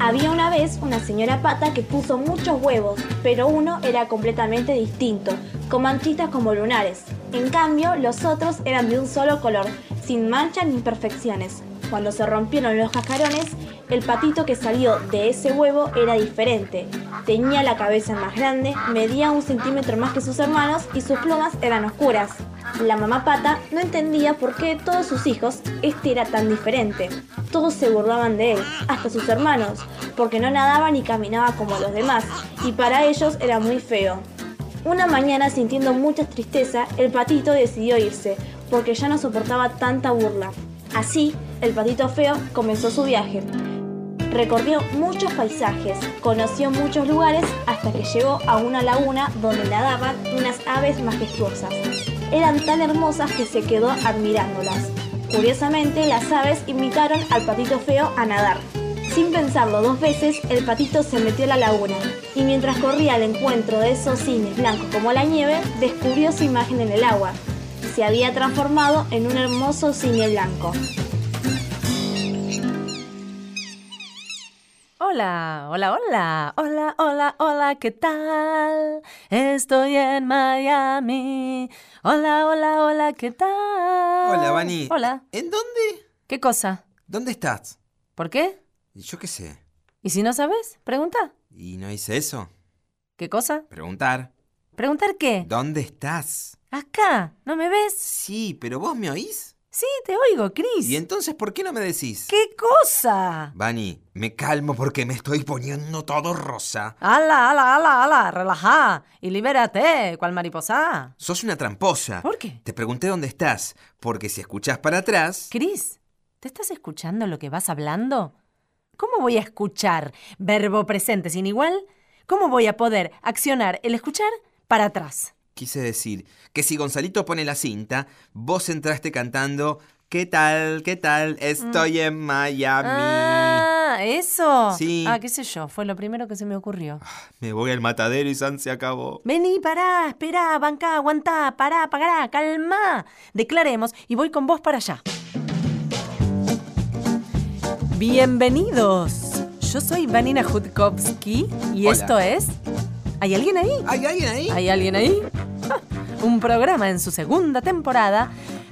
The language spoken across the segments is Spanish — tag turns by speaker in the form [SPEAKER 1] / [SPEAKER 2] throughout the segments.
[SPEAKER 1] Había una vez una señora pata que puso muchos huevos, pero uno era completamente distinto, con manchitas como lunares. En cambio, los otros eran de un solo color, sin manchas ni imperfecciones. Cuando se rompieron los cascarones, el patito que salió de ese huevo era diferente. Tenía la cabeza más grande, medía un centímetro más que sus hermanos y sus plumas eran oscuras. La mamá pata no entendía por qué de todos sus hijos este era tan diferente. Todos se burlaban de él, hasta sus hermanos, porque no nadaba ni caminaba como los demás, y para ellos era muy feo. Una mañana, sintiendo mucha tristeza, el patito decidió irse, porque ya no soportaba tanta burla. Así, el patito feo comenzó su viaje. Recorrió muchos paisajes, conoció muchos lugares hasta que llegó a una laguna donde nadaban unas aves majestuosas. Eran tan hermosas que se quedó admirándolas. Curiosamente, las aves invitaron al patito feo a nadar. Sin pensarlo dos veces, el patito se metió a la laguna y mientras corría al encuentro de esos cines blancos como la nieve, descubrió su imagen en el agua. Se había transformado en un hermoso cine blanco.
[SPEAKER 2] Hola, hola, hola, hola, hola, hola, ¿qué tal? Estoy en Miami. Hola, hola, hola, ¿qué tal?
[SPEAKER 3] Hola, Vani.
[SPEAKER 2] Hola,
[SPEAKER 3] ¿En dónde?
[SPEAKER 2] ¿qué cosa?
[SPEAKER 3] ¿Dónde estás?
[SPEAKER 2] ¿Por qué?
[SPEAKER 3] Yo qué sé.
[SPEAKER 2] ¿Y si no sabes? Pregunta.
[SPEAKER 3] ¿Y no hice eso?
[SPEAKER 2] ¿Qué cosa?
[SPEAKER 3] Preguntar.
[SPEAKER 2] Ah. ¿Preguntar qué?
[SPEAKER 3] ¿Dónde estás?
[SPEAKER 2] Acá, ¿no me ves?
[SPEAKER 3] Sí, pero vos me oís.
[SPEAKER 2] Sí, te oigo, Cris.
[SPEAKER 3] ¿Y entonces por qué no me decís?
[SPEAKER 2] ¿Qué cosa?
[SPEAKER 3] Vani, me calmo porque me estoy poniendo todo rosa.
[SPEAKER 2] Ala, ala, ala, ala, relajá y libérate, cual mariposa.
[SPEAKER 3] Sos una tramposa.
[SPEAKER 2] ¿Por qué?
[SPEAKER 3] Te pregunté dónde estás, porque si escuchás para atrás...
[SPEAKER 2] Cris, ¿te estás escuchando lo que vas hablando? ¿Cómo voy a escuchar verbo presente sin igual? ¿Cómo voy a poder accionar el escuchar para atrás?
[SPEAKER 3] Quise decir que si Gonzalito pone la cinta, vos entraste cantando... ¿Qué tal? ¿Qué tal? Estoy en Miami.
[SPEAKER 2] Mm. Ah, eso.
[SPEAKER 3] Sí.
[SPEAKER 2] Ah, qué sé yo, fue lo primero que se me ocurrió.
[SPEAKER 3] Me voy al matadero y San se acabó.
[SPEAKER 2] Vení, pará, esperá, bancá, aguantá, pará, pará, calmá. Declaremos y voy con vos para allá. Bienvenidos. Yo soy Vanina Jutkowski y
[SPEAKER 3] Hola.
[SPEAKER 2] esto es. ¿Hay alguien ahí?
[SPEAKER 3] ¿Hay alguien ahí?
[SPEAKER 2] ¿Hay alguien ahí? Ja, Un programa en su segunda temporada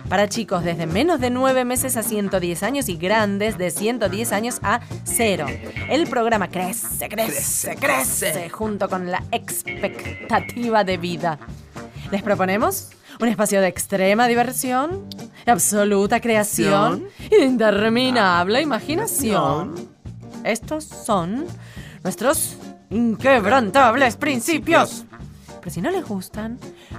[SPEAKER 2] para chicos desde menos de 9 meses a 110 años y grandes de 110 años a 0. El programa crece, crece,
[SPEAKER 3] Crece,
[SPEAKER 2] crece,
[SPEAKER 3] crece.
[SPEAKER 2] junto con la expectativa de vida. Les proponemos un espacio de extrema diversión, absoluta creación, interminable imaginación. Estos son nuestros inquebrantables principios. Pero si no les gustan,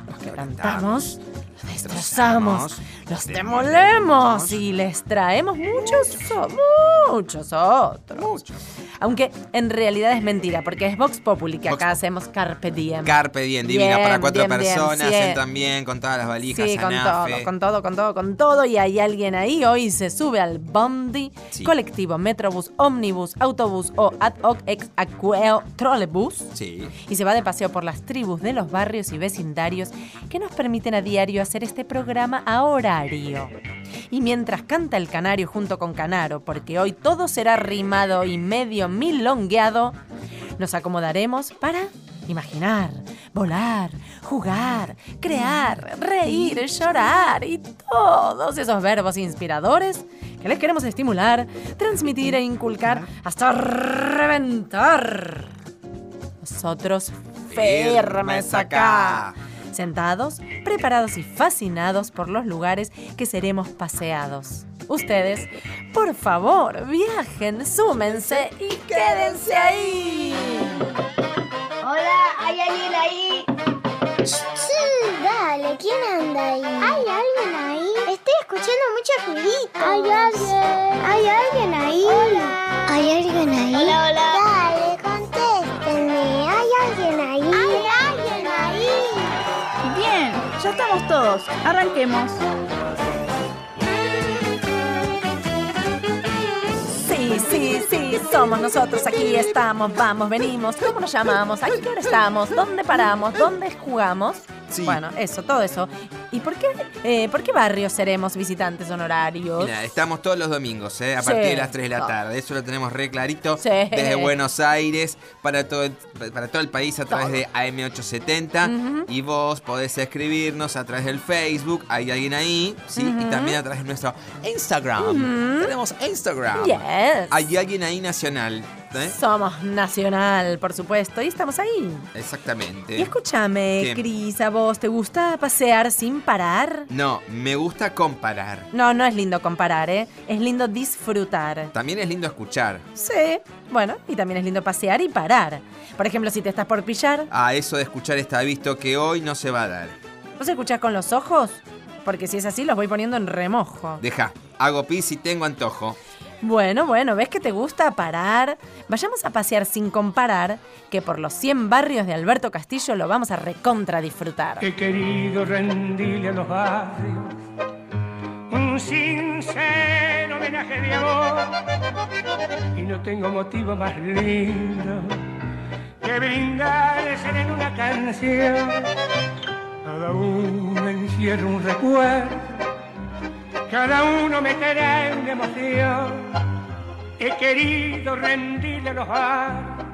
[SPEAKER 2] los quebrantamos, los destrozamos, los demolemos y les traemos muchos, o- muchos otros. Aunque en realidad es mentira, porque es Vox Populi que acá
[SPEAKER 3] Vox-
[SPEAKER 2] hacemos Carpe Diem.
[SPEAKER 3] Carpe bien, divina
[SPEAKER 2] Bien,
[SPEAKER 3] para cuatro
[SPEAKER 2] bien, bien,
[SPEAKER 3] personas,
[SPEAKER 2] sí.
[SPEAKER 3] entran bien con todas las valijas,
[SPEAKER 2] Sí, con
[SPEAKER 3] Anafe.
[SPEAKER 2] todo, con todo, con todo, con todo. Y hay alguien ahí. Hoy se sube al Bondi,
[SPEAKER 3] Sí.
[SPEAKER 2] colectivo, metrobús, ómnibus, autobús o ad hoc ex aqueo trolebús.
[SPEAKER 3] Sí.
[SPEAKER 2] Y se va de paseo por las tribus de los barrios y vecindarios que nos permiten a diario hacer este programa a horario. Y mientras canta el canario junto con Canaro, porque hoy todo será rimado y medio milongueado, nos acomodaremos para imaginar, volar, jugar, crear, reír, llorar y todos esos verbos inspiradores que les queremos estimular, transmitir e inculcar hasta reventar. Nosotros firmes acá. Sentados, preparados y fascinados por los lugares que seremos paseados. Ustedes, por favor, viajen, súmense y quédense ahí.
[SPEAKER 4] Hola, ¿hay alguien ahí?
[SPEAKER 5] Sí, dale, ¿quién anda ahí?
[SPEAKER 4] ¿Hay alguien ahí?
[SPEAKER 5] Estoy escuchando muchos ruiditos.
[SPEAKER 4] ¿Hay alguien?
[SPEAKER 5] ¿Hay alguien ahí?
[SPEAKER 4] Hola.
[SPEAKER 5] ¿Hay alguien ahí?
[SPEAKER 4] Hola, hola.
[SPEAKER 5] Dale, contéstenme. ¿Hay alguien ahí?
[SPEAKER 4] ¿Hay alguien ahí?
[SPEAKER 6] Bien, ya estamos todos. Arranquemos.
[SPEAKER 2] Sí, sí, sí, somos nosotros, aquí estamos, vamos, venimos, ¿cómo nos llamamos? ¿A qué hora estamos? ¿Dónde paramos? ¿Dónde jugamos?
[SPEAKER 3] Sí.
[SPEAKER 2] Bueno, eso, todo eso. ¿Y por qué, eh, por qué barrios seremos visitantes honorarios?
[SPEAKER 3] Mira, estamos todos los domingos, ¿eh? a
[SPEAKER 2] Sí.
[SPEAKER 3] partir de las 3 de la
[SPEAKER 2] No.
[SPEAKER 3] tarde. Eso lo tenemos re clarito.
[SPEAKER 2] Sí.
[SPEAKER 3] Desde Buenos Aires para todo, para todo el país a través de AM870. Y vos podés escribirnos a través del Facebook. Hay alguien ahí. ¿sí? Y también a través de nuestro Instagram. Tenemos Instagram.
[SPEAKER 2] Yes.
[SPEAKER 3] Hay alguien ahí nacional. ¿eh?
[SPEAKER 2] Somos nacional, por supuesto, y estamos ahí.
[SPEAKER 3] Exactamente.
[SPEAKER 2] Y escúchame,
[SPEAKER 3] ¿Qué?
[SPEAKER 2] Cris, ¿a vos te gusta pasear sin parar?
[SPEAKER 3] No, me gusta comparar.
[SPEAKER 2] No, no es lindo comparar, ¿eh? Es lindo disfrutar.
[SPEAKER 3] También es lindo escuchar.
[SPEAKER 2] Sí, bueno, y también es lindo pasear y parar. Por ejemplo, si te estás por pillar,
[SPEAKER 3] A Ah, eso de escuchar está visto que hoy no se va a dar.
[SPEAKER 2] ¿vos escuchás con los ojos? Porque si es así, los voy poniendo en remojo.
[SPEAKER 3] Deja, hago pis y tengo antojo.
[SPEAKER 2] Bueno, bueno, ¿ves que te gusta parar? Vayamos a pasear sin comparar, que por los 100 barrios de Alberto Castillo lo vamos a recontra disfrutar.
[SPEAKER 7] He querido rendirle a los barrios un sincero homenaje de amor y no tengo motivo más lindo que brindarse en una canción. Cada uno encierra un recuerdo, cada uno me trae una emoción. He querido rendirle a los barrios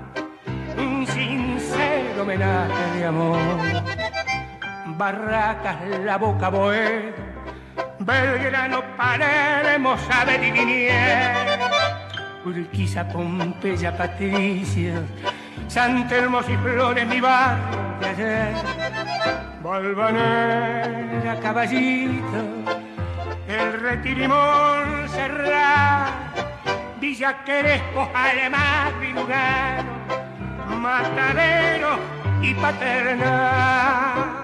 [SPEAKER 7] un sincero homenaje de amor. Barracas, La Boca, Boed, Belgrano, Palermo, Sabe Divinier, Urquiza, Pompeya, Patricio, San Telmo y Flores, mi barrio de ayer, Valvanera, Caballito, El Retirimón, Serrat, Villa Crespo, Almagro y Lugano, Matadero y Paternal.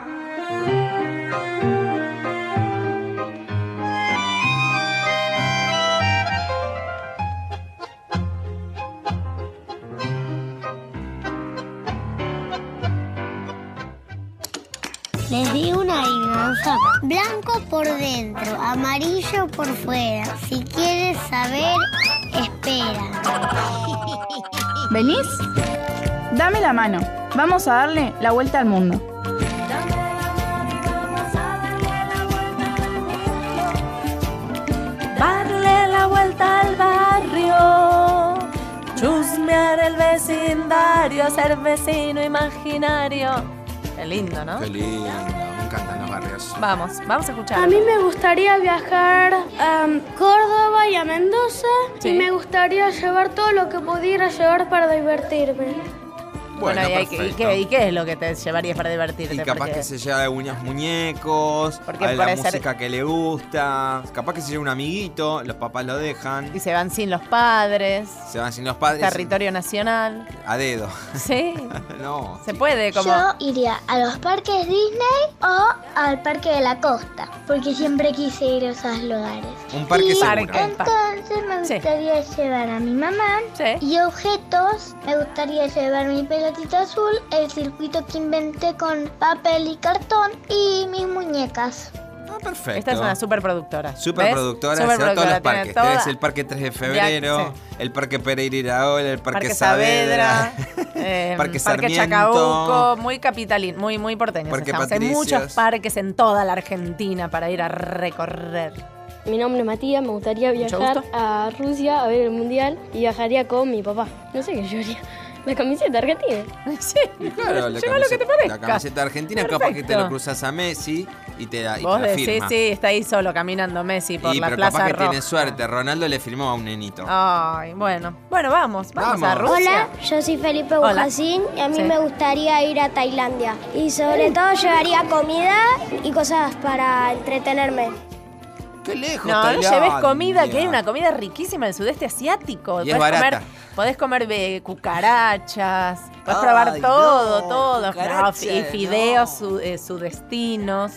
[SPEAKER 5] Les di una adivinanza. Blanco por dentro, amarillo por fuera. Si quieres saber, espera.
[SPEAKER 8] ¿Venís? Dame la mano. Vamos a darle la vuelta al mundo.
[SPEAKER 2] Darle la vuelta al barrio, chusmear el vecindario, ser vecino imaginario. Qué lindo, ¿no?
[SPEAKER 3] Qué lindo, me encantan los barrios.
[SPEAKER 2] Vamos, vamos a escuchar.
[SPEAKER 9] A mí me gustaría viajar a Córdoba y a Mendoza
[SPEAKER 2] Sí.
[SPEAKER 9] y me gustaría llevar todo lo que pudiera llevar para divertirme.
[SPEAKER 2] Bueno, y, hay que- ¿y
[SPEAKER 3] perfecto.
[SPEAKER 2] qué, y qué es lo que te llevarías para divertirte?
[SPEAKER 3] Y capaz
[SPEAKER 2] Porque-
[SPEAKER 3] que se lleva algunos muñecos,
[SPEAKER 2] Porque
[SPEAKER 3] a la
[SPEAKER 2] puede ser-
[SPEAKER 3] música que le gusta, capaz que se lleva un amiguito, los papás lo dejan,
[SPEAKER 2] y se van sin los padres,
[SPEAKER 3] se van sin los padres
[SPEAKER 2] territorio nacional.
[SPEAKER 3] a dedo.
[SPEAKER 2] Sí,
[SPEAKER 3] no.
[SPEAKER 2] se puede como...
[SPEAKER 5] Yo iría a los parques Disney o al parque de la costa, porque siempre quise ir a esos lugares.
[SPEAKER 3] Un parque
[SPEAKER 5] Y
[SPEAKER 3] seguro.
[SPEAKER 2] Parque.
[SPEAKER 5] Entonces me
[SPEAKER 2] Sí.
[SPEAKER 5] gustaría llevar a mi mamá
[SPEAKER 2] Sí.
[SPEAKER 5] y objetos. Me gustaría llevar mi pelotita azul, el circuito que inventé con papel y cartón y mis muñecas.
[SPEAKER 3] Ah, perfecto.
[SPEAKER 2] Esta es una superproductora.
[SPEAKER 3] Superproductora, se va a todos los parques. Tenés el Parque 3 de Febrero,
[SPEAKER 2] sí.
[SPEAKER 3] el Parque Pereira Iraola, el Parque,
[SPEAKER 2] Parque
[SPEAKER 3] Saavedra,
[SPEAKER 2] Saavedra, eh,
[SPEAKER 3] Parque
[SPEAKER 2] Parque,
[SPEAKER 3] Sarmiento.
[SPEAKER 2] Chacabuco, muy capitalín, muy, muy porteños
[SPEAKER 3] Parque
[SPEAKER 2] estamos. Hay
[SPEAKER 3] Patricios.
[SPEAKER 2] muchos parques en toda la Argentina para ir a recorrer.
[SPEAKER 10] Mi nombre es Matías, me gustaría
[SPEAKER 2] Mucho
[SPEAKER 10] viajar
[SPEAKER 2] gusto.
[SPEAKER 10] a Rusia a ver el mundial y viajaría con mi papá. No sé qué yo haría. La camiseta argentina.
[SPEAKER 2] Sí,
[SPEAKER 3] Y claro, la
[SPEAKER 2] lleva lo que
[SPEAKER 3] camiseta,
[SPEAKER 2] te parezca.
[SPEAKER 3] la camiseta argentina, capaz que te
[SPEAKER 2] Perfecto.
[SPEAKER 3] lo cruzas a Messi y te da y
[SPEAKER 2] Vos
[SPEAKER 3] te la
[SPEAKER 2] decís,
[SPEAKER 3] firma.
[SPEAKER 2] sí, está ahí solo caminando Messi por
[SPEAKER 3] y
[SPEAKER 2] la
[SPEAKER 3] pero
[SPEAKER 2] plaza
[SPEAKER 3] capaz que
[SPEAKER 2] roja. Ah,
[SPEAKER 3] tiene suerte, Ronaldo le firmó a un nenito.
[SPEAKER 2] Ay, bueno. Bueno, vamos, vamos, a
[SPEAKER 3] Vamos.
[SPEAKER 5] Hola,
[SPEAKER 2] Rusia.
[SPEAKER 5] yo soy Felipe
[SPEAKER 2] Hola.
[SPEAKER 5] Bujacín y a mí
[SPEAKER 2] Sí.
[SPEAKER 5] me gustaría ir a Tailandia. Y sobre todo llevaría comida y cosas para entretenerme.
[SPEAKER 3] Qué lejos.
[SPEAKER 2] No, no lleves
[SPEAKER 3] Tailandia.
[SPEAKER 2] comida, que hay una comida riquísima del sudeste asiático.
[SPEAKER 3] Y es
[SPEAKER 2] Podés comer-
[SPEAKER 3] barata.
[SPEAKER 2] podés comer eh, cucarachas, podés
[SPEAKER 3] Ay,
[SPEAKER 2] probar todo,
[SPEAKER 3] no,
[SPEAKER 2] todo. No,
[SPEAKER 3] cucarachas,
[SPEAKER 2] y fideos
[SPEAKER 3] no.
[SPEAKER 2] su- eh, sudestinos.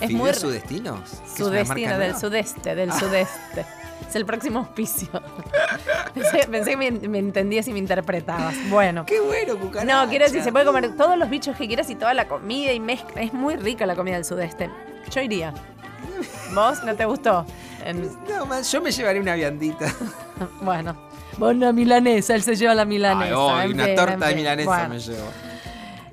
[SPEAKER 2] Es
[SPEAKER 3] ¿Fideos
[SPEAKER 2] muy
[SPEAKER 3] sudestinos? ¿Que es una marca
[SPEAKER 2] sudestino, del
[SPEAKER 3] nueva? Ah.
[SPEAKER 2] sudeste, del sudeste. Es el próximo auspicio. pensé, pensé que me, me entendías y me interpretabas. Bueno.
[SPEAKER 3] Qué bueno, cucaracha.
[SPEAKER 2] No, quiero decir, se puede comer todos los bichos que quieras y toda la comida y mezcla. Es muy rica la comida del sudeste. Yo iría. ¿Vos no te gustó? En-
[SPEAKER 3] No, man, yo me llevaré una viandita.
[SPEAKER 2] bueno. Bueno, milanesa, él se lleva la milanesa.
[SPEAKER 3] Ay, oh, y
[SPEAKER 2] en
[SPEAKER 3] una
[SPEAKER 2] fin,
[SPEAKER 3] torta
[SPEAKER 2] en
[SPEAKER 3] de
[SPEAKER 2] fin.
[SPEAKER 3] milanesa
[SPEAKER 2] Bueno.
[SPEAKER 3] me llevo.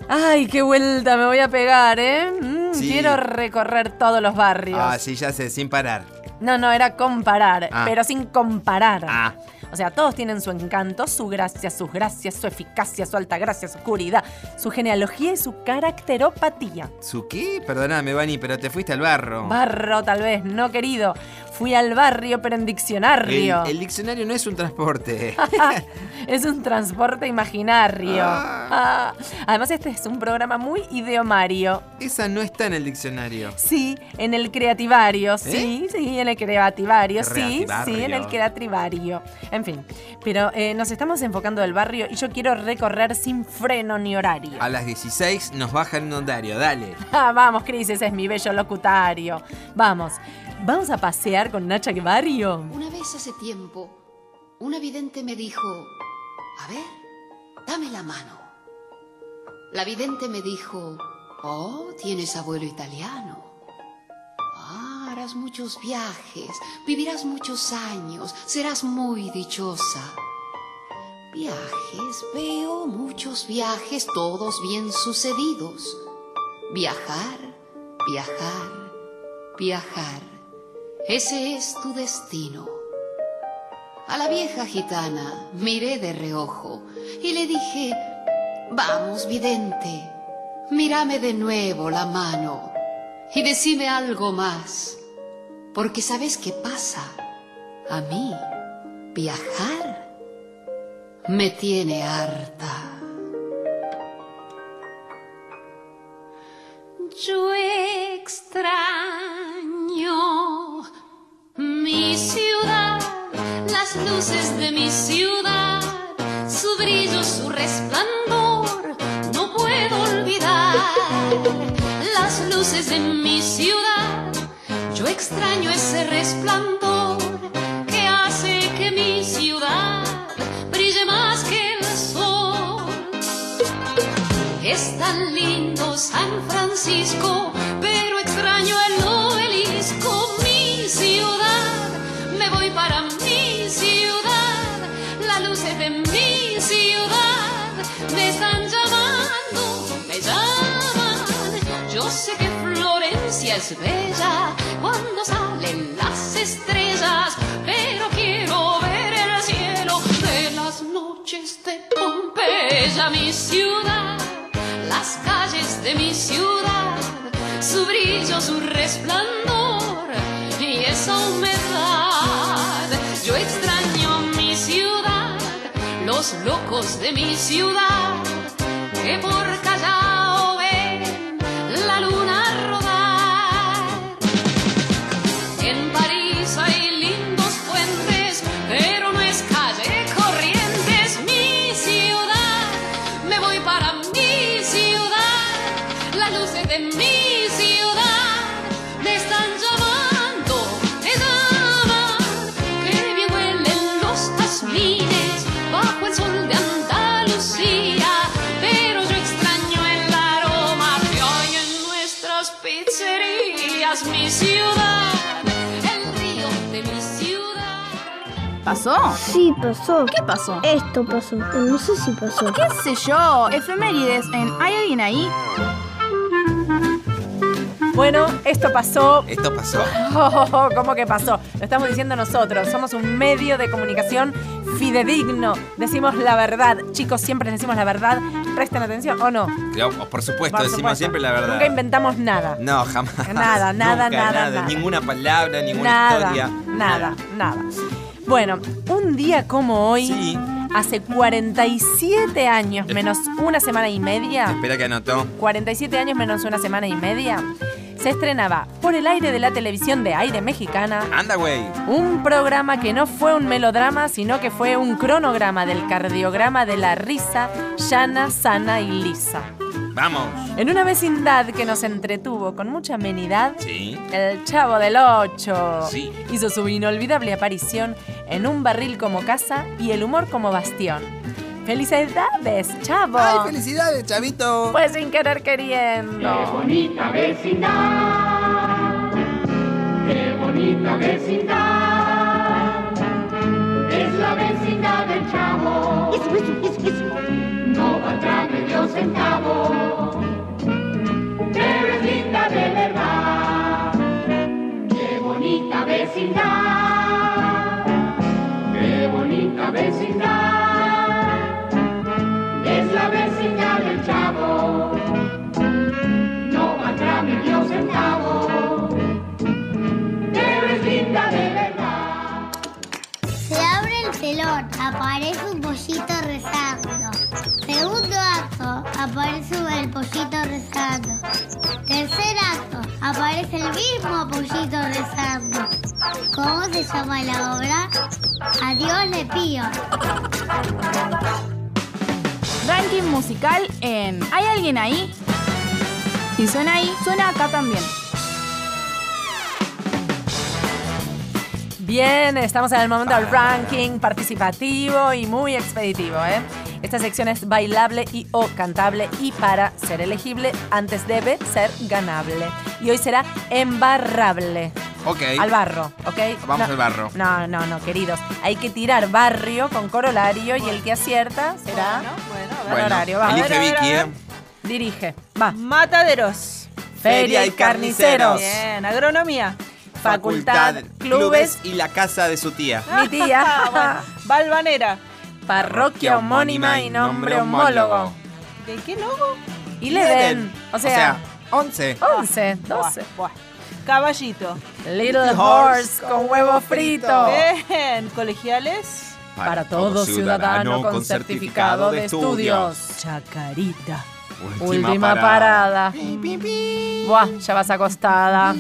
[SPEAKER 2] Ay, qué vuelta me voy a pegar, ¿eh? Mm,
[SPEAKER 3] Sí.
[SPEAKER 2] Quiero recorrer todos los barrios.
[SPEAKER 3] Ah, sí, ya sé, sin parar.
[SPEAKER 2] No, no, era comparar,
[SPEAKER 3] Ah.
[SPEAKER 2] pero sin comparar.
[SPEAKER 3] Ah.
[SPEAKER 2] O sea, todos tienen su encanto, su gracia, sus gracias, su eficacia, su alta gracia, su curidad, su genealogía y su caracteropatía.
[SPEAKER 3] ¿Su qué? Perdóname, Vani, pero te fuiste al barro.
[SPEAKER 2] Barro, tal vez, no querido. Fui al barrio, pero en
[SPEAKER 3] el,
[SPEAKER 2] diccionario.
[SPEAKER 3] el diccionario no es un transporte.
[SPEAKER 2] es un transporte imaginario. Ah. Además, este es un programa muy idiomario.
[SPEAKER 3] Esa no está en el diccionario.
[SPEAKER 2] Sí, en el creativario, sí, sí, en el creativario, sí, sí, en
[SPEAKER 3] Creativario.
[SPEAKER 2] el creativario. En fin, pero eh, nos estamos enfocando del barrio y yo quiero recorrer sin freno ni horario.
[SPEAKER 3] A las 16 nos bajan en Ontario, dale.
[SPEAKER 2] Ah, vamos, Cris, ese es mi bello locutario. Vamos, vamos a pasear con Nacha que Barrio.
[SPEAKER 11] Una vez hace tiempo, una vidente me dijo, a ver, dame la mano. La vidente me dijo, oh, tienes abuelo italiano. Ah, harás muchos viajes, vivirás muchos años, serás muy dichosa. Viajes, veo muchos viajes, todos bien sucedidos. Viajar, viajar, viajar. Ese es tu destino. A la vieja gitana miré de reojo y le dije, vamos, vidente, mírame de nuevo la mano y decime algo más, porque sabes qué pasa. A mí, viajar me tiene harta.
[SPEAKER 4] Yo extraño mi ciudad, las luces de mi ciudad, su brillo, su resplandor, no puedo olvidar las luces de mi ciudad. Yo extraño ese resplandor que hace que mi ciudad brille más que el sol. Es tan lindo San Francisco, pero extraño el obelisco, mi ciudad. Me voy para mi ciudad, las luces de mi ciudad me están llamando, me llaman. Yo sé que Florencia es bella cuando salen las estrellas, pero quiero ver el cielo de las noches de Pompeya, mi ciudad las calles de mi ciudad, su brillo, su resplandor y esa humedad. Yo extraño mi ciudad, los locos de mi ciudad, que por Callao ven la luna rodar. En París hay lindos puentes, pero no es calle Corrientes, mi ciudad. Me voy para mi ciudad, las luces de mi ciudad me están llamando, me llaman. Que bien huelen los jazmines bajo el sol de Andalucía, pero yo extraño el aroma que hay en nuestras pizzerías, mi ciudad, el río de mi ciudad.
[SPEAKER 6] ¿Pasó?
[SPEAKER 5] Sí, pasó.
[SPEAKER 6] ¿Qué pasó?
[SPEAKER 5] Esto pasó. No sé si pasó.
[SPEAKER 6] ¿Qué sé yo? Efemérides en ¿Hay alguien ahí?
[SPEAKER 2] Bueno, esto pasó.
[SPEAKER 3] Esto pasó.
[SPEAKER 2] Oh, ¿Cómo que pasó? Lo estamos diciendo nosotros. Somos un medio de comunicación fidedigno. Decimos la verdad. Chicos, siempre decimos la verdad. Presten atención o no.
[SPEAKER 3] Claro, Por supuesto,
[SPEAKER 2] Por
[SPEAKER 3] decimos
[SPEAKER 2] supuesto.
[SPEAKER 3] siempre la verdad.
[SPEAKER 2] Nunca inventamos nada.
[SPEAKER 3] No, jamás.
[SPEAKER 2] Nada, nada, nada,
[SPEAKER 3] Nunca,
[SPEAKER 2] nada.
[SPEAKER 3] Ninguna palabra, ninguna
[SPEAKER 2] Nada,
[SPEAKER 3] historia.
[SPEAKER 2] nada, nada. Bueno, un día como hoy,
[SPEAKER 3] Sí.
[SPEAKER 2] hace 47 años menos una semana y media,
[SPEAKER 3] Espera que anotó.
[SPEAKER 2] 47 años menos una semana y media, se estrenaba por el aire de la televisión de aire mexicana
[SPEAKER 3] Anda, güey.
[SPEAKER 2] un programa que no fue un melodrama, sino que fue un cronograma del cardiograma de la risa llana, sana y lisa.
[SPEAKER 3] Vamos.
[SPEAKER 2] En una vecindad que nos entretuvo con mucha amenidad,
[SPEAKER 3] Sí.
[SPEAKER 2] el Chavo del Ocho
[SPEAKER 3] Sí.
[SPEAKER 2] hizo su inolvidable aparición en un barril como casa y el humor como bastión. ¡Felicidades, Chavo!
[SPEAKER 3] ¡Ay, felicidades, chavito!
[SPEAKER 2] Pues sin querer queriendo.
[SPEAKER 12] bonita vecindad, qué
[SPEAKER 13] É
[SPEAKER 12] bonita vecindad, es la vecindad del chavo. No valdrá medio centavo, pero es linda de
[SPEAKER 5] Barcelona aparece un pollito rezando. Segundo acto, aparece el pollito rezando. Tercer acto, aparece el mismo pollito rezando. ¿Cómo se llama la obra? Adiós le pío.
[SPEAKER 6] Ranking musical en ¿Hay alguien ahí? Si suena ahí, suena acá también.
[SPEAKER 2] Bien, estamos en el momento del ranking participativo y muy expeditivo, ¿eh? Esta sección es bailable y o cantable y para ser elegible antes debe ser ganable. Y hoy será embarrable.
[SPEAKER 3] Ok.
[SPEAKER 2] Al barro, ¿ok?
[SPEAKER 3] Vamos
[SPEAKER 2] No-
[SPEAKER 3] al barro.
[SPEAKER 2] No, no, no, queridos. Hay que tirar barrio con corolario y el que acierta será
[SPEAKER 3] Bueno,
[SPEAKER 2] horario, vamos.
[SPEAKER 3] elige
[SPEAKER 2] A ver, a ver,
[SPEAKER 3] Vicky,
[SPEAKER 2] a
[SPEAKER 3] ¿eh?
[SPEAKER 2] ver. dirige. Va.
[SPEAKER 8] Mataderos.
[SPEAKER 2] Feria y carniceros.
[SPEAKER 8] Bien, agronomía.
[SPEAKER 2] Facultad, clubes,
[SPEAKER 3] y la casa de su tía.
[SPEAKER 2] Mi tía.
[SPEAKER 8] Bueno, Balvanera.
[SPEAKER 2] Parroquia homónima y nombre homólogo.
[SPEAKER 8] ¿De qué logo?
[SPEAKER 2] Y le den. O sea,
[SPEAKER 3] 11.
[SPEAKER 2] 11, 12.
[SPEAKER 8] Buah, buah. Caballito.
[SPEAKER 2] Little horse con huevo frito.
[SPEAKER 8] Bien. Colegiales.
[SPEAKER 2] Para Para todo todo ciudadano ciudadano con con certificado certificado de de estudios. Chacarita. Última, parada. Buah, ya vas acostada.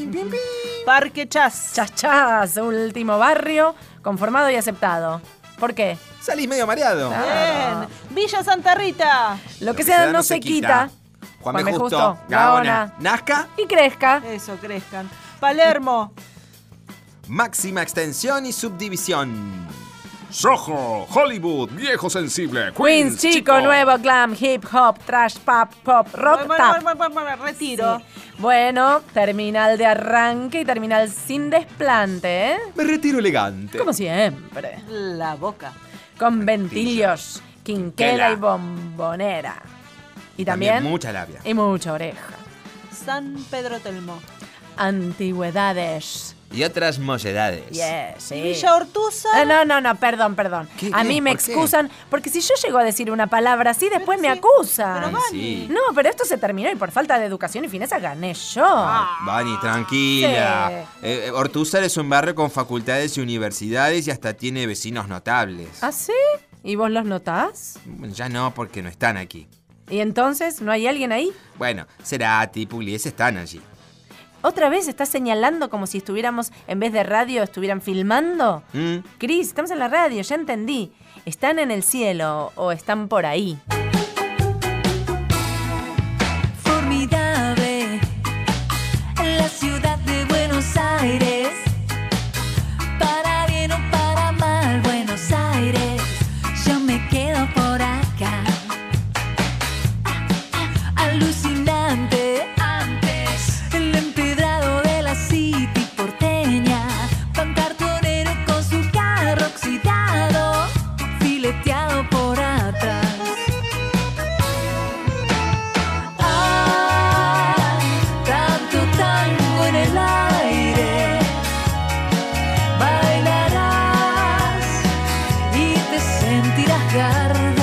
[SPEAKER 8] Parque Chas.
[SPEAKER 2] Chas Chas, último barrio conformado y aceptado. ¿Por qué?
[SPEAKER 3] Salís medio mareado.
[SPEAKER 8] Bien. Villa Santa Rita.
[SPEAKER 2] Ah. Lo que sea no se quita.
[SPEAKER 3] Juan
[SPEAKER 2] Juan B.
[SPEAKER 3] B. Justo,
[SPEAKER 2] Justo,
[SPEAKER 3] Gaona,
[SPEAKER 2] Gaona.
[SPEAKER 3] Nazca,
[SPEAKER 2] Y crezca.
[SPEAKER 8] Eso, crezcan. Palermo.
[SPEAKER 3] máxima extensión y subdivisión.
[SPEAKER 14] Soho, Hollywood, viejo sensible,
[SPEAKER 2] Queens, chico, nuevo, glam, hip hop, trash, pop, pop, rock,
[SPEAKER 8] Bueno,
[SPEAKER 2] tap.
[SPEAKER 8] bueno, bueno, bueno, Retiro.
[SPEAKER 2] Bueno, terminal de arranque y terminal sin desplante, ¿eh?
[SPEAKER 3] Me retiro elegante.
[SPEAKER 2] Como siempre.
[SPEAKER 8] La boca.
[SPEAKER 2] Con ventillos, quinquela
[SPEAKER 3] Quela.
[SPEAKER 2] y bombonera. Y
[SPEAKER 3] También
[SPEAKER 2] también.
[SPEAKER 3] mucha labia.
[SPEAKER 2] Y mucha oreja.
[SPEAKER 8] San Pedro Telmo.
[SPEAKER 2] Antigüedades.
[SPEAKER 3] Y otras mocedades.
[SPEAKER 2] Yes, sí.
[SPEAKER 8] Villa Ortuza.
[SPEAKER 2] Ah, no, no, no, perdón, perdón. A
[SPEAKER 3] qué?
[SPEAKER 2] mí me
[SPEAKER 3] ¿Por qué?
[SPEAKER 2] excusan porque si yo llego a decir una palabra así, después me acusan.
[SPEAKER 3] Pero, Ay, Vani. sí.
[SPEAKER 2] No, pero esto se terminó y por falta de educación y fineza gané yo.
[SPEAKER 8] Ah.
[SPEAKER 3] Vani, tranquila. Eh, eh, Ortúzar es un barrio con facultades y universidades y hasta tiene vecinos notables.
[SPEAKER 2] ¿Ah, sí? ¿Y vos los notás?
[SPEAKER 3] Bueno, Ya no, porque no están aquí.
[SPEAKER 2] ¿Y entonces no hay alguien ahí?
[SPEAKER 3] Bueno, Cerati, Pugliese están allí.
[SPEAKER 2] ¿Otra vez estás señalando como si estuviéramos, en vez de radio, estuvieran filmando?
[SPEAKER 3] Mm.
[SPEAKER 2] Cris, estamos en la radio, ya entendí. ¿Están en el cielo o están por ahí?
[SPEAKER 15] formidable en la ciudad de Buenos Aires. Para bien o para mal, Buenos Aires, yo me quedo por acá. Alucinante, antes el empedrado de la City porteña, pancartonero con su carro oxidado, fileteado por atrás. Ah, tanto tango en el aire, bailarás y te sentirás Gardel.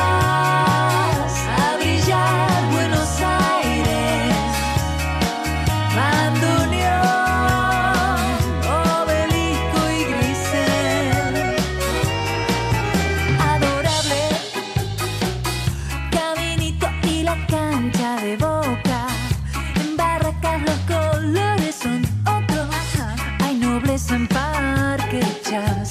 [SPEAKER 15] Volverás a brillar Buenos Aires, bandoneón, obelisco y grisel. Adorable Caminito y la cancha de boca. En Barracas los colores son otros. Hay nobleza en Parque Chas.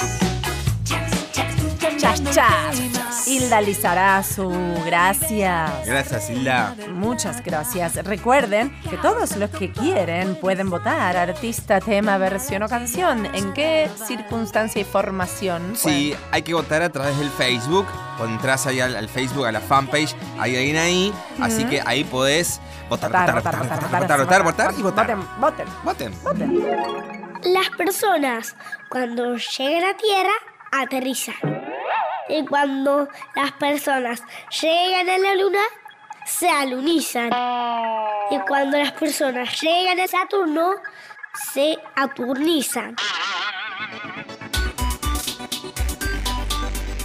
[SPEAKER 15] Chas, chas,
[SPEAKER 2] Chas,
[SPEAKER 15] cambiando
[SPEAKER 2] chas.
[SPEAKER 15] el tema.
[SPEAKER 2] Hilda Lizarazu, gracias.
[SPEAKER 3] Gracias, Hilda.
[SPEAKER 2] Muchas gracias. Recuerden que todos los que quieren pueden votar artista, tema, versión o canción. ¿En qué circunstancia y formación?
[SPEAKER 3] Sí, hay que votar a través del Facebook. Entrás ahí al, al Facebook, a la fanpage. Hay alguien ahí. Así
[SPEAKER 2] Ujú.
[SPEAKER 3] que ahí podés votar, votar,
[SPEAKER 2] Votar,
[SPEAKER 3] votar,
[SPEAKER 2] votar, votar,
[SPEAKER 3] votar, votar, votar,
[SPEAKER 2] votar,
[SPEAKER 3] votar, y votar.
[SPEAKER 2] Voten.
[SPEAKER 3] Voten.
[SPEAKER 5] Las personas cuando llegan a tierra aterrizan. Y cuando las personas llegan a la luna, se alunizan. Y cuando las personas llegan a Saturno, se aturnizan.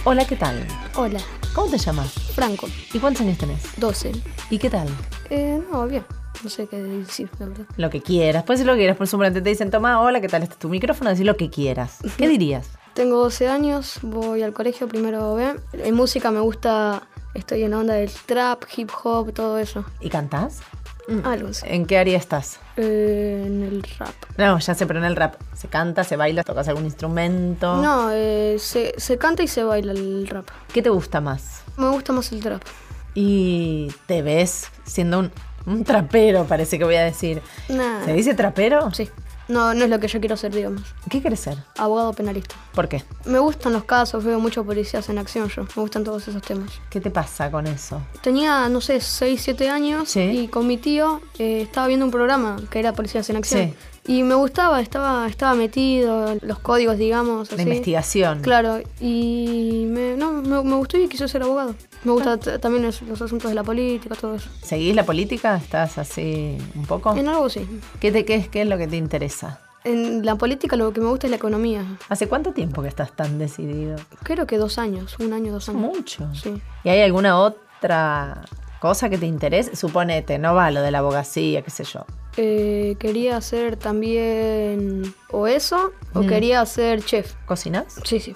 [SPEAKER 2] Hola, ¿qué tal?
[SPEAKER 13] Hola,
[SPEAKER 2] ¿Cómo te llamas?
[SPEAKER 13] Franco,
[SPEAKER 2] ¿Y cuántos años tenés?
[SPEAKER 13] 12.
[SPEAKER 2] ¿Y qué tal?
[SPEAKER 13] Eh, no, bien.
[SPEAKER 9] No sé qué decir, la verdad.
[SPEAKER 2] Lo que quieras, puedes decir lo que quieras. Por supuesto, te dicen, toma, hola, ¿qué tal? Este es tu micrófono, decir lo que quieras. ¿Qué dirías?
[SPEAKER 9] Tengo 12 años, voy al colegio, primero B. En música me gusta, estoy en la onda del trap, hip hop, todo eso.
[SPEAKER 2] ¿Y cantás? Mm.
[SPEAKER 9] Algo así.
[SPEAKER 2] ¿En qué área estás?
[SPEAKER 9] Eh, en el rap.
[SPEAKER 2] No, ya sé, pero en el rap. ¿Se canta, se baila, tocas algún instrumento?
[SPEAKER 9] No, eh, se, se canta y se baila el rap.
[SPEAKER 2] ¿Qué te gusta más?
[SPEAKER 9] Me gusta más el trap.
[SPEAKER 2] Y te ves siendo un, un trapero, parece que voy a decir.
[SPEAKER 9] Nah.
[SPEAKER 2] ¿Se dice trapero?
[SPEAKER 9] Ah. Sí. No, no es lo que yo quiero ser, digamos.
[SPEAKER 2] ¿Qué quieres ser?
[SPEAKER 9] Abogado penalista.
[SPEAKER 2] ¿Por qué?
[SPEAKER 9] Me gustan los casos, veo muchos policías en acción yo. Me gustan todos esos temas.
[SPEAKER 2] ¿Qué te pasa con eso?
[SPEAKER 9] Tenía, no sé, 6, 7 años
[SPEAKER 2] Sí.
[SPEAKER 9] y con mi tío eh, estaba viendo un programa que era Policías en Acción.
[SPEAKER 2] Sí.
[SPEAKER 9] Y me gustaba, estaba, estaba metido, en los códigos, digamos.
[SPEAKER 2] La
[SPEAKER 9] así.
[SPEAKER 2] investigación.
[SPEAKER 9] Claro, y me, no, me, me gustó y quise ser abogado. Me
[SPEAKER 2] Ah.
[SPEAKER 9] gustan también los, los asuntos de la política, todo eso.
[SPEAKER 2] ¿Seguís la política? ¿Estás así un poco?
[SPEAKER 9] En algo sí.
[SPEAKER 2] ¿Qué, te, qué, es, ¿Qué es lo que te interesa?
[SPEAKER 9] En la política lo que me gusta es la economía.
[SPEAKER 2] ¿Hace cuánto tiempo que estás tan decidido?
[SPEAKER 9] Creo que dos años, un año, dos años.
[SPEAKER 2] Mucho.
[SPEAKER 9] Sí.
[SPEAKER 2] ¿Y hay alguna otra cosa que te interese? Suponete, no va lo de la abogacía, qué sé yo.
[SPEAKER 9] Eh, quería hacer también o eso, o
[SPEAKER 2] Mm.
[SPEAKER 9] quería hacer chef.
[SPEAKER 2] ¿Cocinas?
[SPEAKER 9] Sí, sí.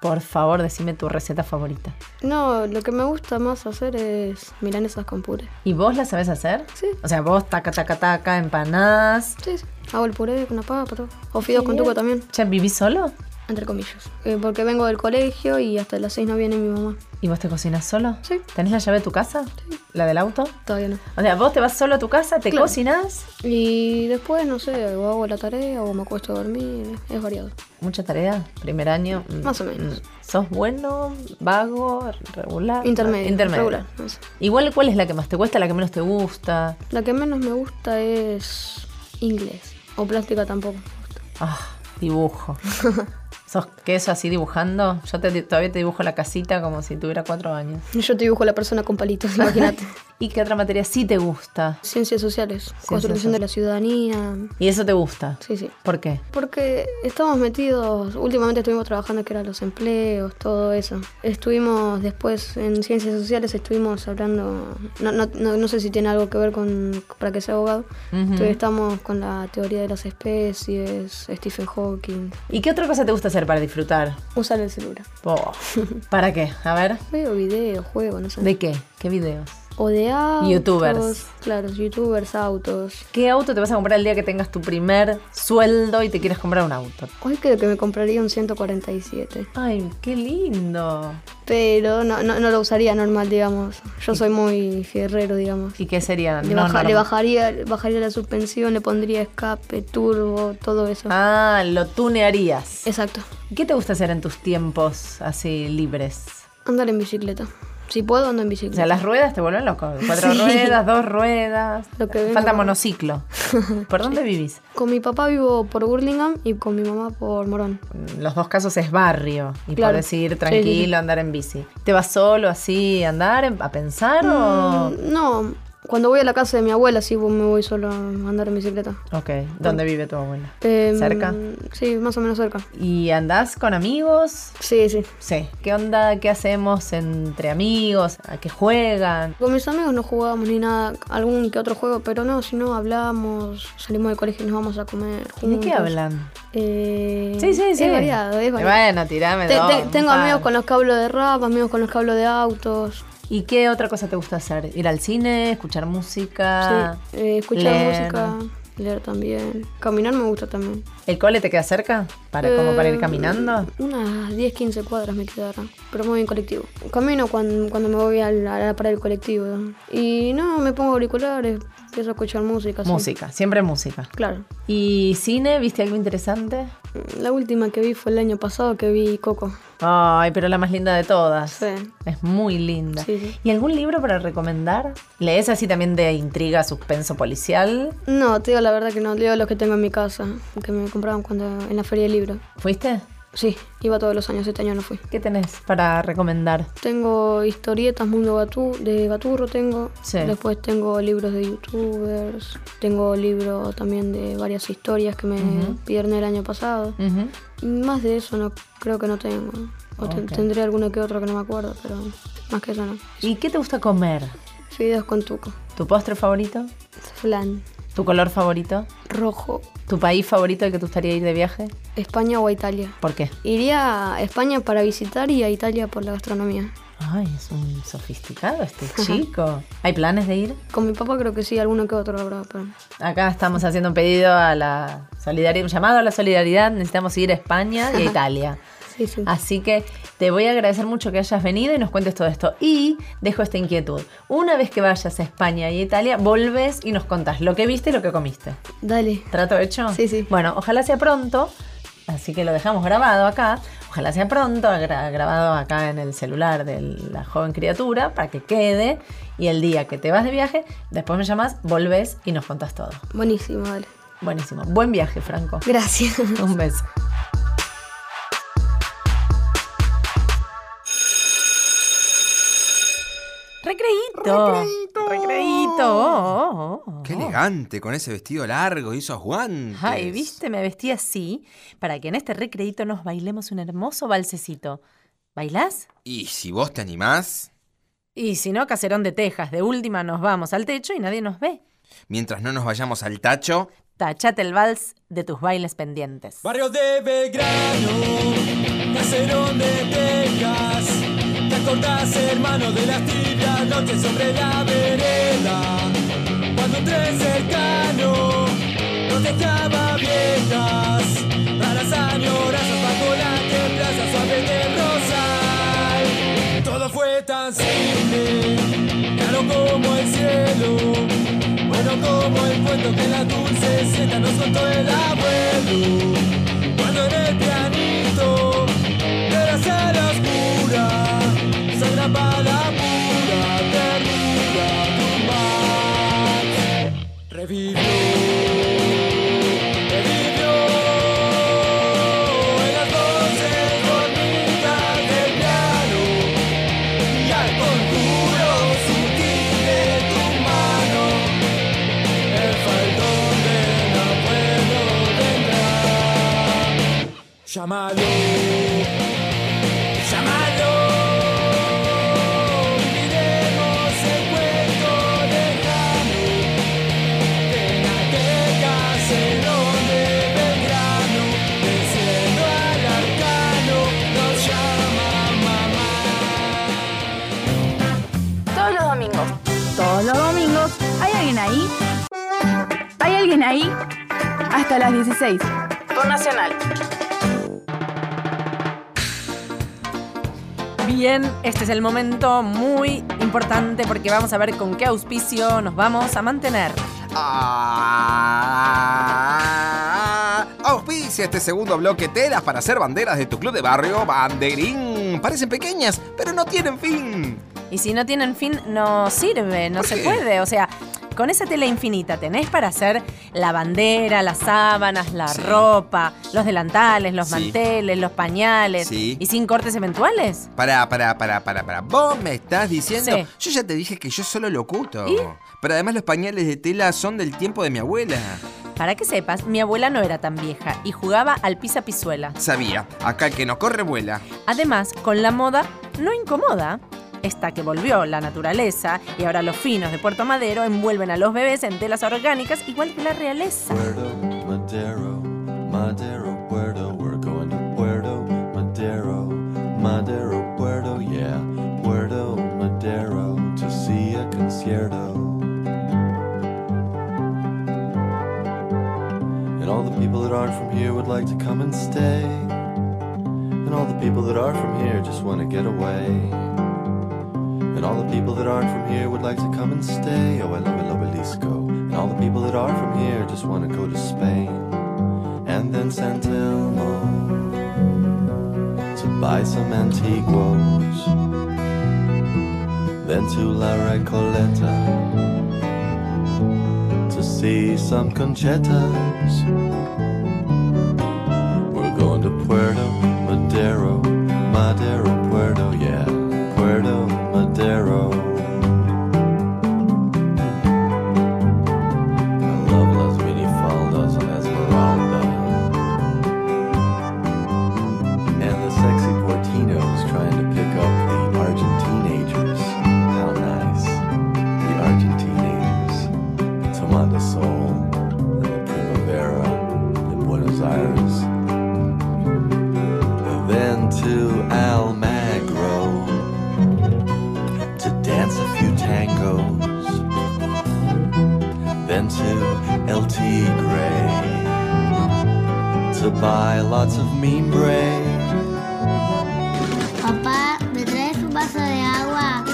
[SPEAKER 2] Por favor, decime tu receta favorita.
[SPEAKER 9] No, lo que me gusta más hacer es milanesas con puré.
[SPEAKER 2] ¿Y vos la sabés hacer? Sí. O sea, vos taca, taca, taca, empanadas.
[SPEAKER 9] Sí, sí. Hago el puré con una papa, todo. O fideos con tuco también,
[SPEAKER 2] ¿Ya vivís solo?
[SPEAKER 9] entre comillas. Eh, porque vengo del colegio y hasta las seis no viene mi mamá.
[SPEAKER 2] ¿Y vos te cocinas solo?
[SPEAKER 9] Sí.
[SPEAKER 2] ¿Tenés la llave de tu casa? Sí. ¿La del auto?
[SPEAKER 9] Todavía no.
[SPEAKER 2] O sea, vos te vas solo a tu casa, te
[SPEAKER 9] Claro.
[SPEAKER 2] cocinas.
[SPEAKER 9] Y después, no sé, o hago la tarea o me acuesto a dormir. Es variado.
[SPEAKER 2] Mucha tarea, primer año. Mm,
[SPEAKER 9] Más o menos.
[SPEAKER 2] mm. ¿Sos bueno, vago, regular?
[SPEAKER 9] Intermedio,
[SPEAKER 2] Intermedio.
[SPEAKER 9] regular, eso.
[SPEAKER 2] Igual, ¿cuál es la que más te cuesta, la que menos te gusta?
[SPEAKER 9] La que menos me gusta es inglés. O plástica tampoco.
[SPEAKER 2] Ah, dibujo. ¿Sos queso así dibujando? Yo te- todavía te dibujo la casita como si tuviera cuatro años.
[SPEAKER 9] Yo te dibujo la persona con palitos, imagínate.
[SPEAKER 2] ¿Y qué otra materia sí te gusta?
[SPEAKER 9] Ciencias sociales, construcción de la ciudadanía.
[SPEAKER 2] ¿Y eso te gusta?
[SPEAKER 9] Sí, sí.
[SPEAKER 2] ¿Por qué?
[SPEAKER 9] Porque estamos metidos, últimamente estuvimos trabajando que eran los empleos, todo eso. Estuvimos después en ciencias sociales, estuvimos hablando, no, no, no, no sé si tiene algo que ver con para que sea abogado,
[SPEAKER 2] Ujú.
[SPEAKER 9] Entonces estamos con la teoría de las especies, Stephen Hawking.
[SPEAKER 2] ¿Y qué otra cosa te gusta hacer para disfrutar?
[SPEAKER 9] Usar el celular.
[SPEAKER 2] Oh, ¿Para qué? A ver.
[SPEAKER 9] Veo videos, juegos, no sé.
[SPEAKER 2] ¿De qué? ¿Qué videos?
[SPEAKER 9] O de autos.
[SPEAKER 2] Youtubers.
[SPEAKER 9] Claro, youtubers, autos.
[SPEAKER 2] ¿Qué auto te vas a comprar el día que tengas tu primer sueldo y te quieres comprar un auto?
[SPEAKER 9] Hoy creo que me compraría un 147.
[SPEAKER 2] Ay, qué lindo.
[SPEAKER 9] Pero no, no, no lo usaría normal, digamos. Yo soy muy fierrero, digamos.
[SPEAKER 2] ¿Y qué sería?
[SPEAKER 9] Le,
[SPEAKER 2] No,
[SPEAKER 9] baja-
[SPEAKER 2] no,
[SPEAKER 9] le
[SPEAKER 2] no.
[SPEAKER 9] bajaría, bajaría la suspensión, le pondría escape, turbo, todo eso.
[SPEAKER 2] Ah, lo tunearías.
[SPEAKER 9] Exacto.
[SPEAKER 2] ¿Qué te gusta hacer en tus tiempos así libres?
[SPEAKER 9] Andar en bicicleta. Si puedo, ando en
[SPEAKER 2] O
[SPEAKER 9] bicicleta.
[SPEAKER 2] sea, las ruedas te vuelven loco. Cuatro
[SPEAKER 9] Mm. Sí.
[SPEAKER 2] ruedas, dos ruedas.
[SPEAKER 9] Lo que venga,
[SPEAKER 2] Falta
[SPEAKER 9] mamá.
[SPEAKER 2] monociclo. ¿Por dónde vivís?
[SPEAKER 9] Con mi papá vivo por Burlingame y con mi mamá por Morón.
[SPEAKER 2] En los dos casos es barrio. Y
[SPEAKER 9] Claro.
[SPEAKER 2] podés ir
[SPEAKER 9] Sí,
[SPEAKER 2] tranquilo,
[SPEAKER 9] sí, sí.
[SPEAKER 2] andar en bici. ¿Te vas solo así a andar, en- a pensar o...?
[SPEAKER 9] Mm, No, cuando voy a la casa de mi abuela, sí pues, me voy solo a andar en bicicleta.
[SPEAKER 2] Ok, ¿dónde vive tu abuela?
[SPEAKER 9] Em,
[SPEAKER 2] ¿Cerca?
[SPEAKER 9] Sí, más o menos cerca.
[SPEAKER 2] ¿Y andás con amigos?
[SPEAKER 9] Sí, sí.
[SPEAKER 2] Sí. ¿Qué onda? ¿Qué hacemos entre amigos? ¿A qué juegan?
[SPEAKER 9] Con mis amigos no jugábamos ni nada, algún que otro juego, pero no, si no hablamos, salimos del colegio y nos vamos a comer.
[SPEAKER 2] ¿Y de qué
[SPEAKER 9] juntos.
[SPEAKER 2] hablan?
[SPEAKER 9] Eh,
[SPEAKER 2] Sí, sí, sí.
[SPEAKER 9] Es variado, es variado.
[SPEAKER 2] Bueno, tirame
[SPEAKER 9] Te-
[SPEAKER 2] dos,
[SPEAKER 9] te-
[SPEAKER 2] un
[SPEAKER 9] tengo
[SPEAKER 2] par.
[SPEAKER 9] amigos con los que hablo de rap, amigos con los que hablo de autos.
[SPEAKER 2] ¿Y qué otra cosa te gusta hacer? ¿Ir al cine? ¿Escuchar música?
[SPEAKER 9] sí. Eh, escuchar
[SPEAKER 2] leer.
[SPEAKER 9] música, leer también. Caminar me gusta también.
[SPEAKER 2] ¿El cole te queda cerca? ¿Para, ¿Como para ir
[SPEAKER 9] Eh,
[SPEAKER 2] caminando?
[SPEAKER 9] Unas 10, 15 cuadras me quedaron, pero me voy en colectivo. Camino cuando, cuando me voy a la, a la parada del colectivo. Y no, me pongo auriculares, empiezo a escuchar música. pues sí.
[SPEAKER 2] Música, siempre música.
[SPEAKER 9] Claro.
[SPEAKER 2] ¿Y cine? ¿Viste algo interesante?
[SPEAKER 9] La última que vi fue el año pasado que vi Coco.
[SPEAKER 2] Ay, pero la más linda de todas.
[SPEAKER 9] Sí.
[SPEAKER 2] Es muy linda.
[SPEAKER 9] Sí, sí.
[SPEAKER 2] ¿Y algún libro para recomendar? ¿Lees así también de intriga, suspenso policial?
[SPEAKER 9] No, te digo la verdad que no, leo los que tengo en mi casa, que me compraban cuando en la feria del libro.
[SPEAKER 2] ¿Fuiste?
[SPEAKER 9] Sí, iba todos los años, este año no fui.
[SPEAKER 2] ¿Qué tenés para recomendar?
[SPEAKER 9] Tengo historietas Mundo Gatu- de Gaturro, tengo.
[SPEAKER 2] Sí.
[SPEAKER 9] Después tengo libros de youtubers, tengo libros también de varias historias que me
[SPEAKER 2] Ujú.
[SPEAKER 9] pidieron el año pasado.
[SPEAKER 2] Ujú.
[SPEAKER 9] Y Más de eso no creo que no tengo. O te-
[SPEAKER 2] Ok.
[SPEAKER 9] tendré alguno que otro que no me acuerdo, pero más que eso no.
[SPEAKER 2] ¿Y qué te gusta comer?
[SPEAKER 9] Fideos con tuco.
[SPEAKER 2] ¿Tu postre favorito?
[SPEAKER 9] Flan.
[SPEAKER 2] ¿Tu color favorito?
[SPEAKER 9] Rojo.
[SPEAKER 2] ¿Tu país favorito al que te gustaría ir de viaje?
[SPEAKER 9] España o a Italia.
[SPEAKER 2] ¿Por qué?
[SPEAKER 9] Iría a España para visitar y a Italia por la gastronomía.
[SPEAKER 2] Ay, es un sofisticado este chico. ¿Hay planes de ir?
[SPEAKER 9] Con mi papá creo que sí, alguno que otro habrá, pero...
[SPEAKER 2] Acá estamos haciendo un pedido a la solidaridad, un llamado a la solidaridad. Necesitamos ir a España y a Italia.
[SPEAKER 9] Sí, sí.
[SPEAKER 2] Así que te voy a agradecer mucho que hayas venido y nos cuentes todo esto. Y dejo esta inquietud. Una vez que vayas a España y a Italia, volves y nos contás lo que viste y lo que comiste.
[SPEAKER 9] Dale.
[SPEAKER 2] ¿Trato hecho? Sí, sí. Bueno, ojalá sea pronto. Así que lo dejamos grabado acá. Ojalá sea pronto, gra- grabado acá en el celular de la joven criatura para que quede. Y el día que te vas de viaje, después me llamas, volvés y nos contás todo.
[SPEAKER 9] Buenísimo, dale.
[SPEAKER 2] Buenísimo. Buen viaje, Franco.
[SPEAKER 9] Gracias.
[SPEAKER 2] Un beso. Recreíto. Recreíto. Oh, oh, oh.
[SPEAKER 3] Qué elegante, con ese vestido largo y esos guantes.
[SPEAKER 2] Ay, viste, me vestí así para que en este recreíto nos bailemos un hermoso balsecito. ¿Bailás?
[SPEAKER 3] Y si vos te animás,
[SPEAKER 2] Y si no, caserón de Texas, de última nos vamos al techo y nadie nos ve.
[SPEAKER 3] mientras no nos vayamos al tacho,
[SPEAKER 2] Tachate el vals de tus bailes pendientes.
[SPEAKER 13] Barrio de Belgrano, caserón de Texas. ¿Te acordás, hermano, de las tibias noches sobre la vereda? Cuando un tren cercano nos dejaba viejas. Raras añoranzas bajo la templaza suave del rosal. Todo fue tan simple, claro como el cielo. Bueno como el cuento que la dulce sieta nos contó el abuelo. Cuando en el pianito de la sala oscura se grababa la pura ternura de un mar. Revivió, revivió en las voces bonitas del piano y al conjuro sutil de tu mano el faldón del abuelo vendrá. Llámalo. Llámalo, olvidemos el cuento lejano de aquel caserón de Belgrano, del cielo al arcano nos llama mamá.
[SPEAKER 6] Todos los domingos. Todos los domingos. ¿Hay alguien ahí? ¿Hay alguien ahí? Hasta las 16. Por Nacional.
[SPEAKER 2] Bien, este es el momento muy importante porque vamos a ver con qué auspicio nos vamos a mantener.
[SPEAKER 3] Ah, auspicia este segundo bloque telas para hacer banderas de tu club de barrio, banderín. Parecen pequeñas, pero no tienen fin.
[SPEAKER 2] Y si no tienen fin, no sirve, no se puede. O sea, con esa tela infinita tenés para hacer la bandera, las sábanas, la ropa, los delantales, los
[SPEAKER 3] Sí.
[SPEAKER 2] manteles, los pañales.
[SPEAKER 3] Sí.
[SPEAKER 2] ¿Y sin cortes eventuales?
[SPEAKER 3] Pará, pará, pará, pará, pará. Vos me estás diciendo.
[SPEAKER 2] Sí.
[SPEAKER 3] Yo ya te dije que yo solo locuto.
[SPEAKER 2] ¿Y?
[SPEAKER 3] Pero además los pañales de tela son del tiempo de mi abuela.
[SPEAKER 2] Para que sepas, mi abuela no era tan vieja y jugaba al pisa pizuela.
[SPEAKER 3] Sabía, acá el que no corre vuela.
[SPEAKER 2] Además, con la moda no incomoda. Esta que volvió la naturaleza y ahora los finos de Puerto Madero envuelven a los bebés en telas orgánicas igual que la realeza.
[SPEAKER 16] Madero, Madero, Puerto, we're going to Puerto, Madero, Madero, Puerto, yeah, Puerto, Madero, to see a concierto. And all the people that aren't from here would like to come and stay. And all the people that are from here just want to get away. And all the people that aren't from here would like to come and stay. Oh, I love it, love Jalisco. And all the people that are from here just want to go to Spain. And then San Telmo to buy some antiguos. Then to La Recoleta to see some conchetas. We're going to Puerto Madero, Madero, Puerto, yeah, Puerto Madero. I love las minifaldas and Esmeralda. And the sexy Portinos trying to pick up the Argentine How nice. to Almagro to dance a few tangos, then to El Tigre to buy lots of mimbre.
[SPEAKER 17] Papá, ¿me traes un vaso de agua?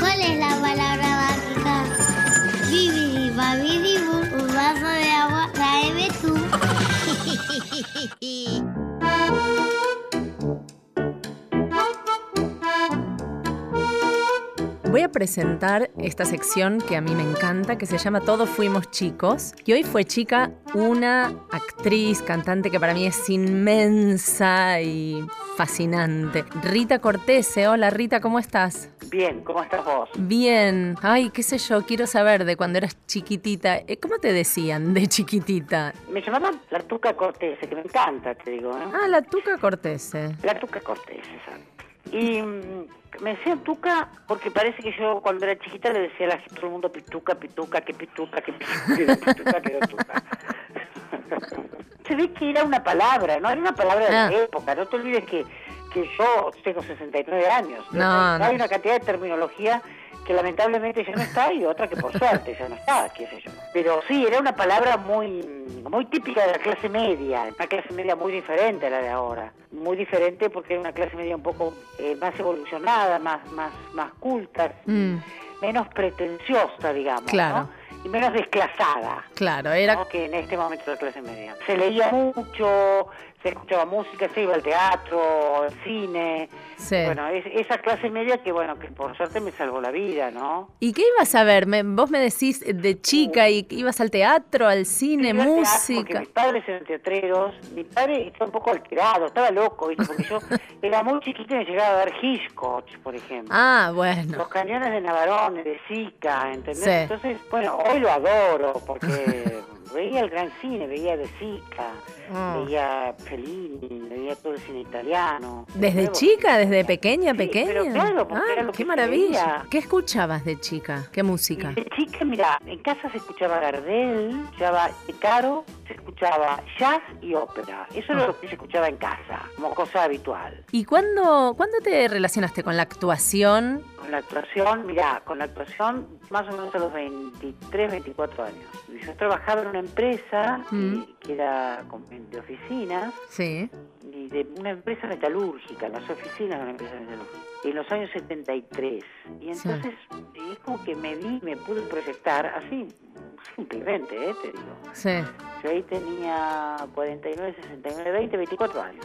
[SPEAKER 17] ¿Cuál es la palabra mágica? Bibidi, babidi, bu, un vaso de agua, tráeme tú.
[SPEAKER 2] Voy a presentar esta sección que a mí me encanta, que se llama Todos Fuimos Chicos. Y hoy fue chica una actriz, cantante que para mí es inmensa y fascinante. Rita Cortese, hola Rita, ¿cómo estás?
[SPEAKER 18] Bien, ¿cómo estás vos?
[SPEAKER 2] Bien. Ay, qué sé yo, quiero saber de cuando eras chiquitita. Eh, ¿Cómo te decían de chiquitita?
[SPEAKER 18] Me llamaban la Tuca Cortese, que me encanta, te digo. ¿eh?
[SPEAKER 2] Ah, la Tuca Cortese.
[SPEAKER 18] La Tuca Cortese, exacto. Y mm, me decían Tuca porque parece que yo cuando era chiquita le decía a la gente, todo el mundo pituca, pituca, que pituca, que pituca, que pituca, que pituca. Se ve que era una palabra, ¿no? Era una palabra de
[SPEAKER 2] Ah.
[SPEAKER 18] la época. No te olvides que, que yo tengo 69 años.
[SPEAKER 2] No, no.
[SPEAKER 18] Hay una cantidad de terminología que lamentablemente ya no está y otra que por suerte ya no está, qué sé yo. Pero sí, era una palabra muy muy típica de la clase media, una clase media muy diferente a la de ahora. Muy diferente porque era una clase media un poco eh, más evolucionada, más, más, más culta,
[SPEAKER 2] Mm,
[SPEAKER 18] menos pretenciosa, digamos. ¿no?
[SPEAKER 2] Claro.
[SPEAKER 18] Y menos desclasada.
[SPEAKER 2] claro, era
[SPEAKER 18] ¿no? que en este momento la clase media. Se leía mucho, se escuchaba música, se iba al teatro, al cine.
[SPEAKER 2] Sí.
[SPEAKER 18] Bueno, es- esa clase media que, bueno, que por suerte me salvó la vida, ¿no?
[SPEAKER 2] ¿Y qué ibas a ver? Me- vos me decís de chica y que ibas al teatro, al cine,
[SPEAKER 18] Iba al teatro, Porque
[SPEAKER 2] música.
[SPEAKER 18] mis padres eran teatreros, mi padre estaba un poco alterado, estaba loco, ¿viste? Porque yo era muy chiquita y me llegaba a ver Hitchcock, por ejemplo.
[SPEAKER 2] Ah, bueno.
[SPEAKER 18] Los cañones de Navarone, de Sica, ¿entendés?
[SPEAKER 2] Sí.
[SPEAKER 18] Entonces, bueno, hoy lo adoro porque veía el gran cine, veía de Sica,
[SPEAKER 2] Ah.
[SPEAKER 18] veía Fellini, veía todo el cine italiano.
[SPEAKER 2] ¿Desde
[SPEAKER 18] Luego,
[SPEAKER 2] chica? ¿Desde pequeña, pequeña?
[SPEAKER 18] pero claro, porque
[SPEAKER 2] Ah,
[SPEAKER 18] era lo
[SPEAKER 2] qué
[SPEAKER 18] que se
[SPEAKER 2] maravilla.
[SPEAKER 18] veía.
[SPEAKER 2] ¿Qué escuchabas de chica? ¿Qué música?
[SPEAKER 18] De chica, mira, en casa se escuchaba Gardel, se escuchaba Caro, se escuchaba jazz y ópera. Eso
[SPEAKER 2] Ah.
[SPEAKER 18] era lo que se escuchaba en casa, como cosa habitual.
[SPEAKER 2] ¿Y cuándo, cuándo te relacionaste con la actuación?
[SPEAKER 18] Con la actuación, mirá, con la actuación más o menos a los 23, 24 años. Yo trabajaba en una empresa
[SPEAKER 2] Mm.
[SPEAKER 18] que era como de oficinas,
[SPEAKER 2] Sí.
[SPEAKER 18] y de una empresa metalúrgica, las oficinas de una empresa metalúrgica, en los años 73. Y
[SPEAKER 2] Sí.
[SPEAKER 18] entonces y es como que me vi, me pude proyectar así, simplemente, ¿eh? te digo.
[SPEAKER 2] Sí.
[SPEAKER 18] Yo ahí tenía 49, 69, 20, 24 años.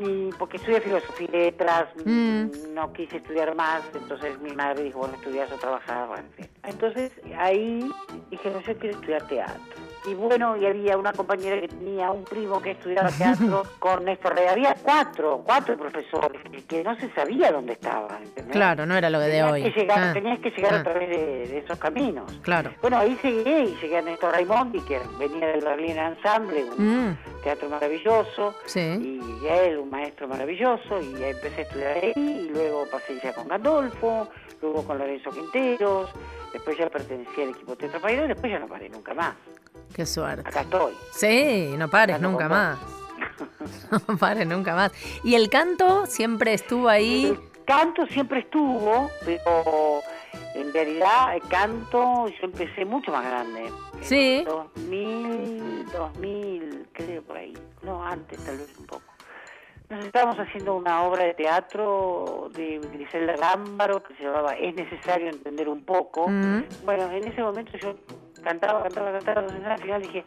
[SPEAKER 18] Y porque estudié filosofía y letras,
[SPEAKER 2] Mm.
[SPEAKER 18] no quise estudiar más, entonces mi madre dijo, bueno, estudias o trabajas, bueno, en fin. Entonces ahí dije, no, yo quiero estudiar teatro. Y bueno, y había una compañera que tenía un primo que estudiaba teatro con Néstor Rey. Había cuatro, cuatro profesores que, que no se sabía dónde estaban. ¿entendés?
[SPEAKER 2] Claro, no era lo de
[SPEAKER 18] Tenías
[SPEAKER 2] hoy.
[SPEAKER 18] que llegar-
[SPEAKER 2] Ah,
[SPEAKER 18] tenías que llegar
[SPEAKER 2] ah.
[SPEAKER 18] a través de- de esos caminos.
[SPEAKER 2] Claro.
[SPEAKER 18] Bueno, ahí seguí y llegué a Néstor Raimondi, que venía del Berlín Ensemble, un
[SPEAKER 2] Mm.
[SPEAKER 18] teatro maravilloso,
[SPEAKER 2] Sí.
[SPEAKER 18] y él, un maestro maravilloso, y ahí empecé a estudiar ahí, y luego pasé ya con Gandolfo, luego con Lorenzo Quinteros, después ya pertenecí al equipo Teatro Paidó, y después ya no paré nunca más.
[SPEAKER 2] Qué suerte.
[SPEAKER 18] Acá estoy.
[SPEAKER 2] Sí, no pares
[SPEAKER 18] Ando
[SPEAKER 2] nunca
[SPEAKER 18] con
[SPEAKER 2] más. No pares nunca más. ¿Y el canto siempre estuvo ahí?
[SPEAKER 18] Canto siempre estuvo, pero en realidad el canto yo empecé mucho más grande.
[SPEAKER 2] Sí.
[SPEAKER 18] 2000, 2000, creo por ahí. No, antes tal vez un poco. Nos estábamos haciendo una obra de teatro de Griselda Gámbaro que se llamaba Es necesario entender un poco.
[SPEAKER 2] Mm.
[SPEAKER 18] Bueno, en ese momento yo cantaba, cantaba, cantaba, cantaba, al final dije,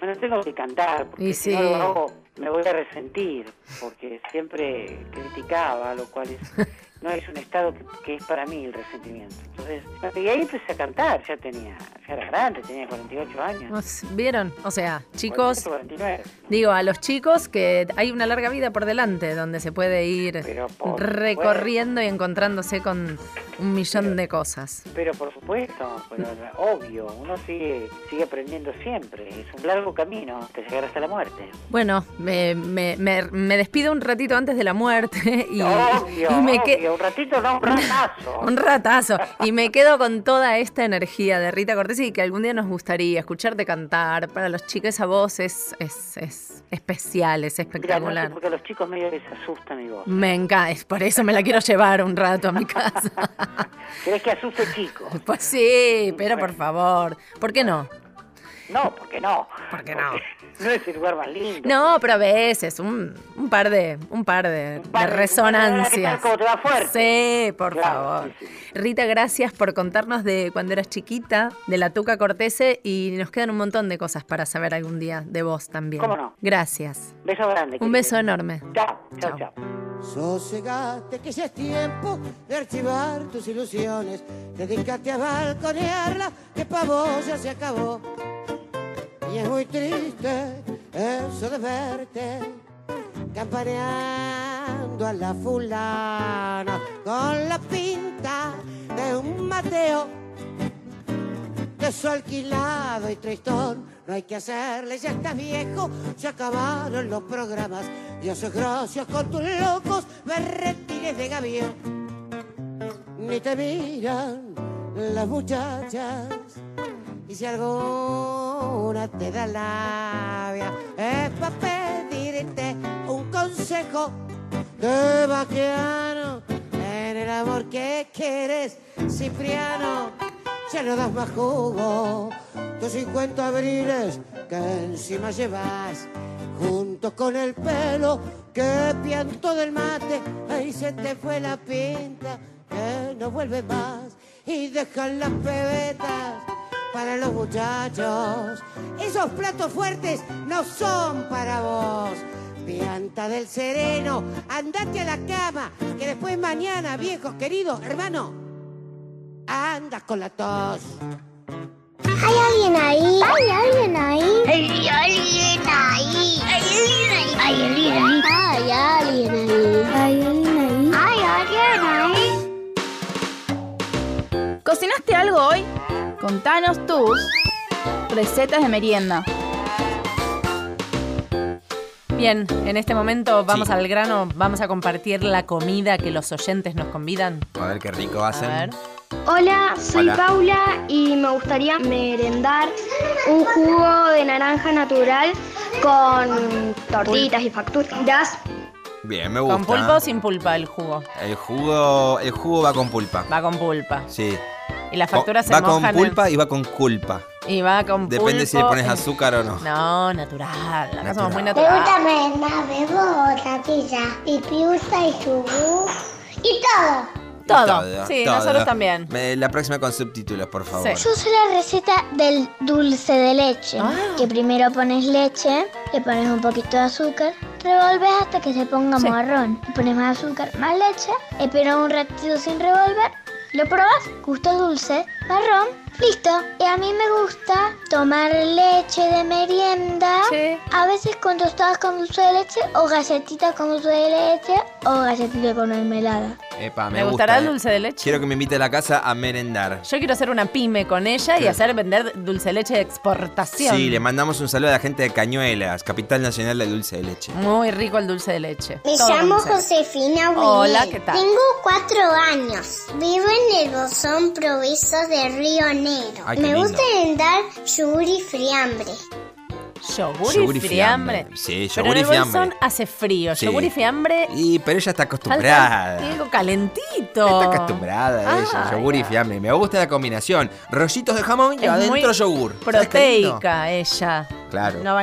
[SPEAKER 18] bueno, tengo que cantar, porque
[SPEAKER 2] Y
[SPEAKER 18] si no
[SPEAKER 2] sí.
[SPEAKER 18] lo hago me voy a resentir, porque siempre criticaba, lo cual es, no es un estado que, que es para mí el resentimiento. Entonces, y ahí empecé a cantar, ya tenía, ya era grande, tenía 48 años.
[SPEAKER 2] Nos- ¿Vieron? O sea, chicos,
[SPEAKER 18] 48, 49.
[SPEAKER 2] digo a los chicos que hay una larga vida por delante donde se puede ir
[SPEAKER 18] por
[SPEAKER 2] recorriendo y encontrándose con un millón de cosas.
[SPEAKER 18] Pero por supuesto, pero obvio, uno sigue, sigue aprendiendo siempre, es un largo camino hasta llegar hasta la muerte.
[SPEAKER 2] Bueno, me, me- me- me despido un ratito antes de la muerte y,
[SPEAKER 18] Obvio,
[SPEAKER 2] y me, que-
[SPEAKER 18] que un ratito no, un ratazo.
[SPEAKER 15] Un ratazo. Y me quedo con toda esta energía de Rita Cortés y que algún día nos gustaría escucharte cantar. Para los chicos esa voz es, es, es especial, es
[SPEAKER 18] Mira, no sé,
[SPEAKER 15] espectacular.
[SPEAKER 18] porque los chicos medio que se asustan mi voz.
[SPEAKER 15] Me encanta, es por eso me la quiero llevar un rato a mi casa.
[SPEAKER 18] ¿Querés que asuste chico?
[SPEAKER 15] Pues sí, pero por favor, ¿por qué no?
[SPEAKER 18] No, porque no.
[SPEAKER 15] ¿Por qué no?
[SPEAKER 18] No es el lugar más lindo.
[SPEAKER 15] No, pero a veces un, un par de un par de,
[SPEAKER 18] par
[SPEAKER 15] de
[SPEAKER 18] de-
[SPEAKER 15] resonancias.
[SPEAKER 18] Como te va fuerte.
[SPEAKER 15] Sí, por
[SPEAKER 18] Claro,
[SPEAKER 15] favor. Rita, gracias por contarnos de cuando eras chiquita, de la Tuca Cortese y nos quedan un montón de cosas para saber algún día de vos también.
[SPEAKER 18] ¿Cómo no?
[SPEAKER 15] Gracias.
[SPEAKER 18] Beso grande.
[SPEAKER 15] Un beso enorme.
[SPEAKER 18] Chao, chao, chao.
[SPEAKER 19] Sosegate que ya es tiempo de archivar tus ilusiones. Dedícate a balconearla, que pa' vos ya se acabó. Y es muy triste eso de verte campaneando a la fulana con la pinta de un Mateo. Desalquilado y tristón, no hay que hacerle, ya estás viejo, se acabaron los programas. Dioses gracias con tus locos berretines de gavión. Ni te miran las muchachas, y si alguna te da labia, es para pedirte un consejo de vaqueano en el amor que quieres, Cipriano. Ya no das más jugo, tus 50 abriles que encima llevas junto con el pelo que piantó del mate, ahí se te fue la pinta, que no vuelve más y dejan las pebetas para los muchachos. Esos platos fuertes no son para vos. Pianta del sereno, andate a la cama, que después mañana, viejo querido, hermano, andas con la tos.
[SPEAKER 20] ¿Hay alguien ahí? ¿Hay alguien ahí?
[SPEAKER 5] Hay alguien ahí. Hay alguien ahí. Hay alguien ahí. Hay alguien ahí.
[SPEAKER 20] Hay alguien ahí.
[SPEAKER 5] Hay alguien ahí.
[SPEAKER 8] ¿Cocinaste algo hoy? Contanos tus recetas de merienda.
[SPEAKER 2] Bien, en este momento vamos al grano, vamos a compartir la comida que los oyentes nos convidan.
[SPEAKER 3] A ver qué rico hacen.
[SPEAKER 2] ver.
[SPEAKER 21] Hola, soy
[SPEAKER 3] Hola.
[SPEAKER 21] Paula y me gustaría merendar un jugo de naranja natural con tortitas y facturas.
[SPEAKER 3] Bien, me gusta.
[SPEAKER 2] ¿Con pulpa o sin pulpa el jugo?
[SPEAKER 3] El jugo, el jugo va con pulpa.
[SPEAKER 2] Va con pulpa.
[SPEAKER 3] Sí.
[SPEAKER 2] Y las facturas
[SPEAKER 3] Co- Va
[SPEAKER 2] se mojan.
[SPEAKER 3] con
[SPEAKER 2] en-
[SPEAKER 3] pulpa y va con culpa.
[SPEAKER 2] Y va con pulpo.
[SPEAKER 3] Depende si le pones
[SPEAKER 2] en-
[SPEAKER 3] azúcar o no.
[SPEAKER 2] No, natural. Acá somos muy
[SPEAKER 3] Natural.
[SPEAKER 5] Me gusta
[SPEAKER 2] naturales.
[SPEAKER 5] merendar, bebo tortilla y piusa y chubú y todo.
[SPEAKER 2] Todo. Sí, nosotros también.
[SPEAKER 3] Me- la próxima con subtítulos, por favor.
[SPEAKER 5] Yo sé la receta del dulce de leche. Que primero pones leche, le pones un poquito de azúcar, revolves hasta que se ponga marrón. Le pones más azúcar, más leche, esperas un ratito sin revolver, lo probas, gusto dulce, marrón, listo. Y a mí me gusta tomar leche de merienda, a veces con tostadas con dulce de leche o galletitas con dulce de leche o galletitas con mermelada.
[SPEAKER 3] Epa, me,
[SPEAKER 2] ¿Le gustará
[SPEAKER 3] gusta,
[SPEAKER 2] el
[SPEAKER 3] eh.
[SPEAKER 2] dulce de leche?
[SPEAKER 3] Quiero que me invite a la casa a merendar.
[SPEAKER 2] Yo quiero hacer una pyme con ella y
[SPEAKER 3] Claro.
[SPEAKER 2] hacer vender dulce de leche de exportación.
[SPEAKER 3] Sí, le mandamos un saludo a la gente de Cañuelas, capital nacional del dulce de leche.
[SPEAKER 2] Muy rico el dulce de leche.
[SPEAKER 5] Me
[SPEAKER 2] Todo
[SPEAKER 5] llamo
[SPEAKER 2] dulce de leche.
[SPEAKER 5] Josefina Winnie.
[SPEAKER 2] Hola, ¿qué tal?
[SPEAKER 5] Tengo cuatro años. Vivo en el Bosón Proviso de Río Negro.
[SPEAKER 3] Ay, qué
[SPEAKER 5] Me
[SPEAKER 3] lindo.
[SPEAKER 5] gusta merendar yogur y friambre.
[SPEAKER 2] Yogur,
[SPEAKER 3] Yogur
[SPEAKER 2] y
[SPEAKER 3] y
[SPEAKER 2] fiambre.
[SPEAKER 3] fiambre. Sí,
[SPEAKER 2] Pero
[SPEAKER 3] yogur
[SPEAKER 2] en
[SPEAKER 3] y
[SPEAKER 2] el bolsón
[SPEAKER 3] fiambre.
[SPEAKER 2] hace frío.
[SPEAKER 3] Sí.
[SPEAKER 2] Yogur y fiambre.
[SPEAKER 3] Y, pero ella está acostumbrada.
[SPEAKER 2] Algo calentito.
[SPEAKER 3] Está acostumbrada a ella, yogur y fiambre. Me gusta la combinación. Rollitos de jamón y
[SPEAKER 2] Es
[SPEAKER 3] adentro
[SPEAKER 2] muy
[SPEAKER 3] yogur. ¿Sabes qué lindo?
[SPEAKER 2] Proteica ella.
[SPEAKER 3] Claro.
[SPEAKER 2] No va a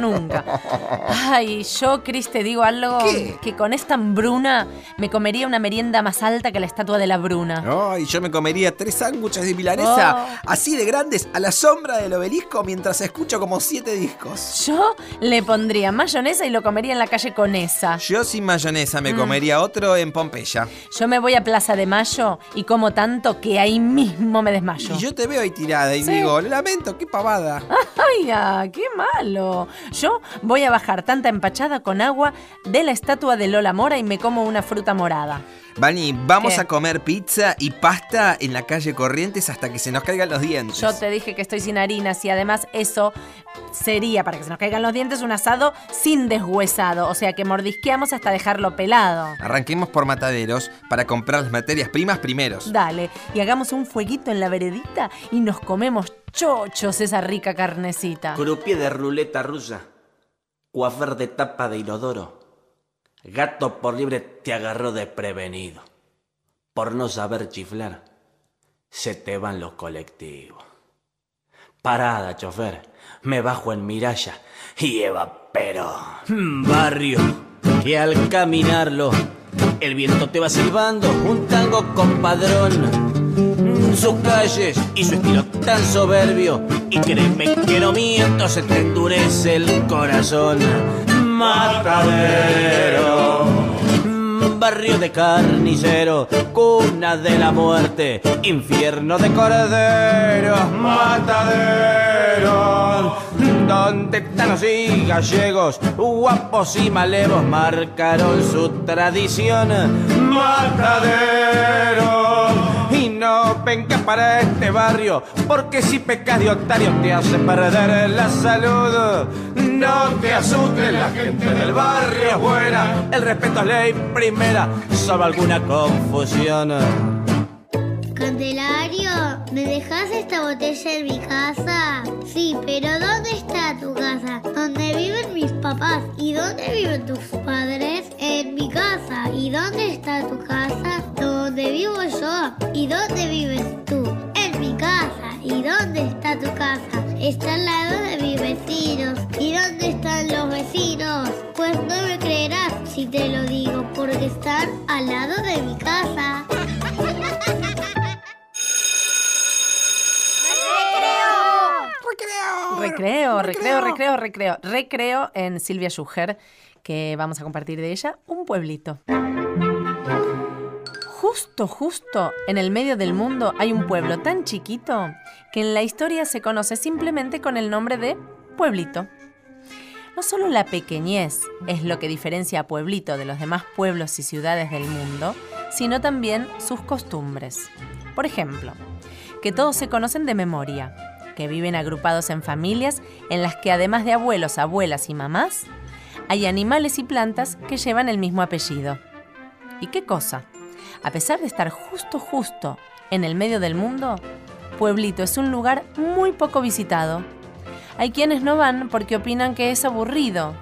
[SPEAKER 2] nunca. Ay, yo, Cris, te digo algo. Que con esta hambruna me comería una merienda más alta que la estatua de la bruna.
[SPEAKER 3] Ay, yo me comería tres sándwiches de
[SPEAKER 2] Oh.
[SPEAKER 3] milanesa, así de grandes, a la sombra del obelisco, mientras escucho como siete discos.
[SPEAKER 2] Yo le pondría mayonesa y lo comería en la calle con esa.
[SPEAKER 3] Yo sin mayonesa me
[SPEAKER 2] Mm.
[SPEAKER 3] comería otro en Pompeya.
[SPEAKER 2] Yo me voy a Plaza de Mayo y como tanto que ahí mismo me desmayo.
[SPEAKER 3] Y yo te veo ahí tirada y
[SPEAKER 2] Sí.
[SPEAKER 3] digo, lamento, qué pavada.
[SPEAKER 2] Ay, ah, qué malo. Yo voy a bajar tanta empachada con agua de la estatua de Lola Mora y me como una fruta morada.
[SPEAKER 3] Vani, vamos
[SPEAKER 2] ¿Qué?
[SPEAKER 3] a comer pizza y pasta en la calle Corrientes hasta que se nos caigan los dientes.
[SPEAKER 2] Yo te dije que estoy sin harinas y además eso sería, para que se nos caigan los dientes, un asado sin deshuesado. O sea que mordisqueamos hasta dejarlo pelado.
[SPEAKER 3] Arranquemos por mataderos para comprar las materias primas primeros.
[SPEAKER 2] Dale, y hagamos un fueguito en la veredita y nos comemos chochos esa rica carnecita.
[SPEAKER 22] Crupié de ruleta rusa. Coafer de tapa de inodoro. Gato por libre te agarró desprevenido. Por no saber chiflar, se te van los colectivos. Parada, chofer. Me bajo en Miralla y evapero. Barrio que al caminarlo el viento te va silbando un tango compadrón. Mm, Sus calles y su estilo tan soberbio y créeme que no miento se te endurece el corazón. Matadero, mm, barrio de carnicero, cuna de la muerte, infierno de corderos. Matadero, donde tanos y gallegos, guapos y malevos marcaron su tradición. Matadero. Y no vengas para este barrio, porque si pecas de otario te hace perder la salud. No te asustes, la gente del barrio es buena, el respeto es ley primera, salvo alguna confusión.
[SPEAKER 23] Candelario, ¿me dejas esta botella en mi casa? Sí, pero ¿dónde está tu casa? ¿Dónde viven mis papás? ¿Y dónde viven tus padres? En mi casa. ¿Y dónde está tu casa? ¿Dónde vivo yo? ¿Y dónde vives tú? En mi casa. ¿Y dónde está tu casa? Está al lado de mis vecinos. ¿Y dónde están los vecinos? Pues no me creerás si te lo digo, porque están al lado de mi casa.
[SPEAKER 2] Recreo, recreo, recreo, recreo. Recreo en Silvia Schuher, que vamos a compartir de ella un pueblito. Justo, justo en el medio del mundo hay un pueblo tan chiquito que en la historia se conoce simplemente con el nombre de pueblito. No solo la pequeñez es lo que diferencia a pueblito de los demás pueblos y ciudades del mundo, sino también sus costumbres. Por ejemplo, que todos se conocen de memoria, que viven agrupados en familias en las que además de abuelos, abuelas y mamás, hay animales y plantas que llevan el mismo apellido. ¿Y qué cosa? A pesar de estar justo justo en el medio del mundo, Pueblito es un lugar muy poco visitado. Hay quienes no van porque opinan que es aburrido.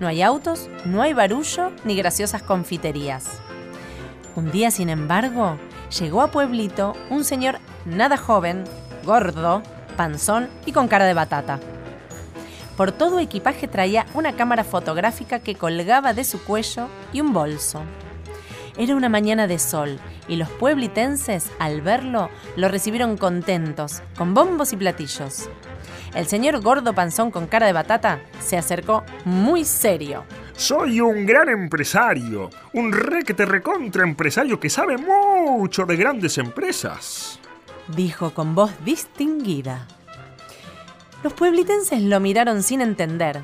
[SPEAKER 2] No hay autos, no hay barullo ni graciosas confiterías. Un día, sin embargo, llegó a Pueblito un señor nada joven, gordo, panzón y con cara de batata. Por todo equipaje traía una cámara fotográfica que colgaba de su cuello y un bolso. Era una mañana de sol y los pueblitenses, al verlo, lo recibieron contentos, con bombos y platillos. El señor gordo panzón con cara de batata se acercó muy serio.
[SPEAKER 24] Soy un gran empresario, un requete recontra empresario que sabe mucho de grandes empresas.
[SPEAKER 2] Dijo con voz distinguida. Los pueblitenses lo miraron sin entender.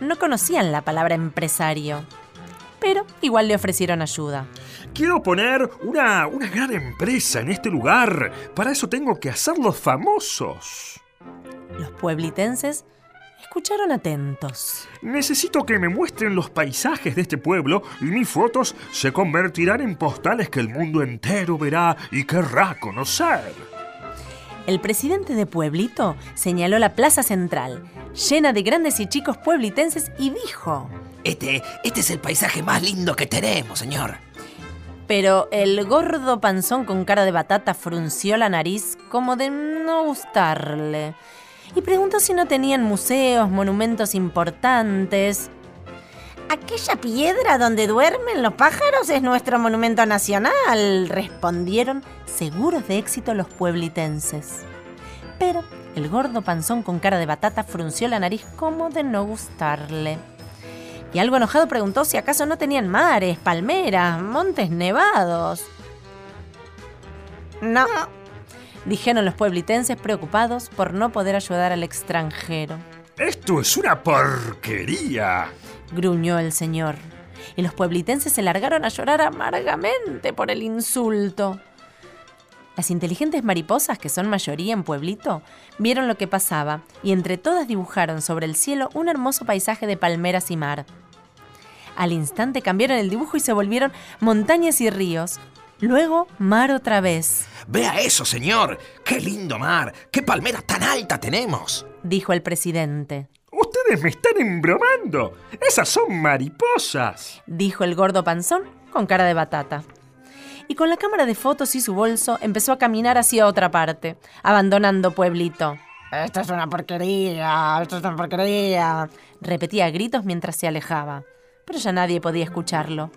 [SPEAKER 2] No conocían la palabra empresario, pero igual le ofrecieron ayuda.
[SPEAKER 24] Quiero poner una, una gran empresa en este lugar. Para eso tengo que hacerlos famosos.
[SPEAKER 2] Los pueblitenses escucharon atentos.
[SPEAKER 24] Necesito que me muestren los paisajes de este pueblo y mis fotos se convertirán en postales que el mundo entero verá y querrá conocer.
[SPEAKER 2] El presidente de Pueblito señaló la plaza central, llena de grandes y chicos pueblitenses, y dijo...
[SPEAKER 25] Este, este es el paisaje más lindo que tenemos, señor.
[SPEAKER 2] Pero el gordo panzón con cara de batata frunció la nariz como de no gustarle y preguntó si no tenían museos, monumentos importantes.
[SPEAKER 26] Aquella piedra donde duermen los pájaros es nuestro monumento nacional, respondieron
[SPEAKER 2] Seguros de éxito los pueblitenses. Pero el gordo panzón con cara de batata frunció la nariz como de no gustarle. Y algo enojado preguntó si acaso no tenían mares, palmeras, montes nevados. No, dijeron los pueblitenses preocupados por no poder ayudar al extranjero.
[SPEAKER 24] Esto es una porquería.
[SPEAKER 2] gruñó el señor. Y los pueblitenses se largaron a llorar amargamente por el insulto. Las inteligentes mariposas, que son mayoría en Pueblito, vieron lo que pasaba y entre todas dibujaron sobre el cielo un hermoso paisaje de palmeras y mar. Al instante cambiaron el dibujo y se volvieron montañas y ríos. Luego mar otra vez,
[SPEAKER 25] Vea eso, señor. Qué lindo mar. Qué palmera tan alta tenemos.
[SPEAKER 2] dijo el presidente.
[SPEAKER 24] Ustedes me están embromando. Esas son mariposas.
[SPEAKER 2] dijo el gordo panzón con cara de batata. Y con la cámara de fotos y su bolso empezó a caminar hacia otra parte, abandonando Pueblito.
[SPEAKER 26] Esto es una porquería, esto es una porquería.
[SPEAKER 2] Repetía a gritos mientras se alejaba, pero ya nadie podía escucharlo.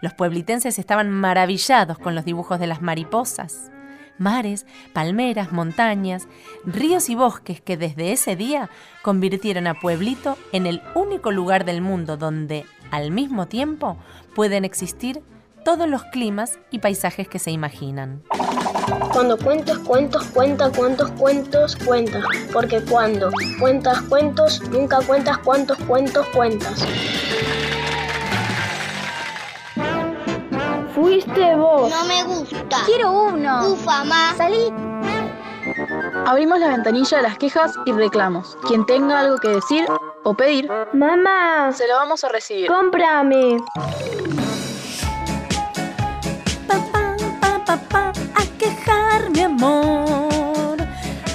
[SPEAKER 2] Los pueblitenses estaban maravillados con los dibujos de las mariposas. Mares, palmeras, montañas, ríos y bosques que desde ese día convirtieron a Pueblito en el único lugar del mundo donde, al mismo tiempo, pueden existir todos los climas y paisajes que se imaginan.
[SPEAKER 1] Cuando cuentas cuentos, cuenta cuántos cuentos cuentas. Porque cuando cuentas cuentos, nunca cuentas cuántos cuentos cuentas.
[SPEAKER 4] Fuiste vos.
[SPEAKER 23] No me gusta.
[SPEAKER 4] Quiero uno.
[SPEAKER 23] Ufa, ma.
[SPEAKER 4] Salí. Abrimos la ventanilla de las quejas y reclamos. Quien tenga algo que decir o pedir, mamá, se lo vamos a recibir. Cómprame.
[SPEAKER 2] quejarme, amor.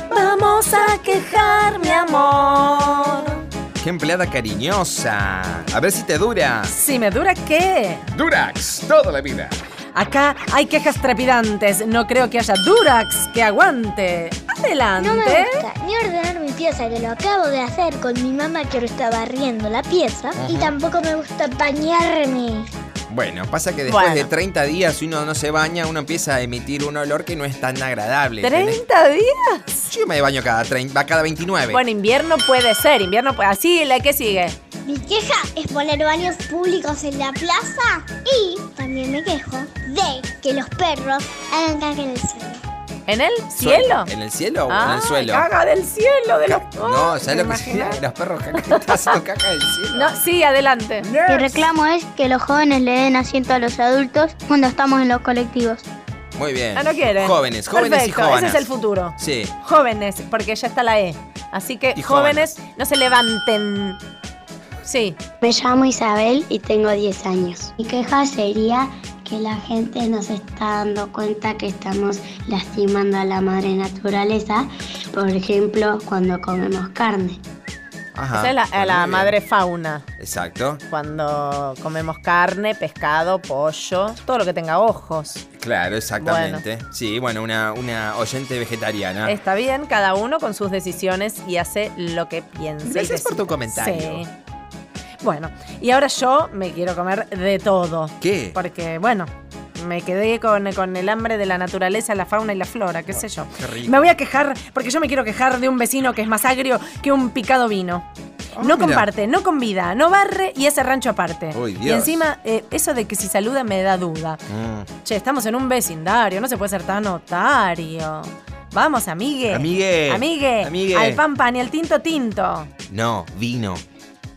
[SPEAKER 2] Vamos a quejarme, amor.
[SPEAKER 3] ¡Qué empleada cariñosa! A ver si te dura.
[SPEAKER 2] Si me dura, ¿qué?
[SPEAKER 14] Durax, toda la vida.
[SPEAKER 2] Acá hay quejas trepidantes. No creo que haya Durax que aguante. Adelante.
[SPEAKER 17] No me gusta ni ordenar mi pieza, que lo acabo de hacer con mi mamá que lo está barriendo la pieza. Y
[SPEAKER 3] Ajá.
[SPEAKER 17] tampoco me gusta bañarme.
[SPEAKER 3] Bueno, pasa que después
[SPEAKER 17] Bueno.
[SPEAKER 3] de 30 días, si uno no se baña, uno empieza a emitir un olor que no es tan agradable. ¿entendés?
[SPEAKER 2] ¿30 días?
[SPEAKER 3] Yo me baño cada, 30, cada 29.
[SPEAKER 2] Bueno, invierno puede ser, invierno puede. Así, la que sigue.
[SPEAKER 23] Mi queja es poner baños públicos en la plaza y también me quejo de que los perros hagan caca en el suelo.
[SPEAKER 2] ¿En el
[SPEAKER 3] Suelo.
[SPEAKER 2] cielo? Ah,
[SPEAKER 3] ¿En el cielo o en el suelo?
[SPEAKER 2] Caga del cielo, de los.
[SPEAKER 3] No, ¿sabes lo que
[SPEAKER 2] imaginas?
[SPEAKER 3] significa? Los perros caca, está haciendo caca del cielo.
[SPEAKER 2] No, sí, adelante.
[SPEAKER 1] Mi reclamo es que los jóvenes le den asiento a los adultos cuando estamos en los colectivos.
[SPEAKER 3] Muy bien.
[SPEAKER 2] Ah, no quieren.
[SPEAKER 3] Jóvenes, jóvenes
[SPEAKER 2] Perfecto,
[SPEAKER 3] y jóvenes.
[SPEAKER 2] Ese es el futuro.
[SPEAKER 3] Sí.
[SPEAKER 2] Jóvenes, porque ya está la E. Así que
[SPEAKER 1] Y
[SPEAKER 2] jóvenes, no se levanten. Sí.
[SPEAKER 1] Me llamo Isabel y tengo 10 años. Mi queja sería que la gente nos está dando cuenta que estamos lastimando a la madre naturaleza, por ejemplo, cuando comemos carne.
[SPEAKER 3] Ajá.
[SPEAKER 2] Esa es la, a la
[SPEAKER 3] Muy Ah, bien.
[SPEAKER 2] madre fauna.
[SPEAKER 3] Exacto.
[SPEAKER 2] Cuando comemos carne, pescado, pollo, todo lo que tenga ojos.
[SPEAKER 3] Claro, exactamente. Sí, bueno, una, una oyente vegetariana.
[SPEAKER 2] Está bien, cada uno con sus decisiones y hace lo que piensa. y
[SPEAKER 3] Gracias por
[SPEAKER 2] decide.
[SPEAKER 3] tu comentario.
[SPEAKER 2] Sí. Bueno, y ahora yo me quiero comer de todo.
[SPEAKER 3] ¿Qué?
[SPEAKER 2] Porque, bueno, me quedé con, con el hambre de la naturaleza, la fauna y la flora, qué sé yo.
[SPEAKER 3] Qué rico.
[SPEAKER 2] Me voy a quejar, porque yo me quiero quejar de un vecino que es más agrio que un picado vino. no
[SPEAKER 3] mira.
[SPEAKER 2] comparte, no convida, no barre y ese rancho aparte.
[SPEAKER 3] Uy,
[SPEAKER 2] y
[SPEAKER 3] Dios.
[SPEAKER 2] encima, eh, eso de que si saluda me da duda.
[SPEAKER 3] Mm.
[SPEAKER 2] Che, estamos en un vecindario, no se puede ser tan otario. Vamos, amigue.
[SPEAKER 3] Amigue.
[SPEAKER 2] Amigue.
[SPEAKER 3] Amigue.
[SPEAKER 2] Al pan pan y al tinto tinto.
[SPEAKER 3] No, vino.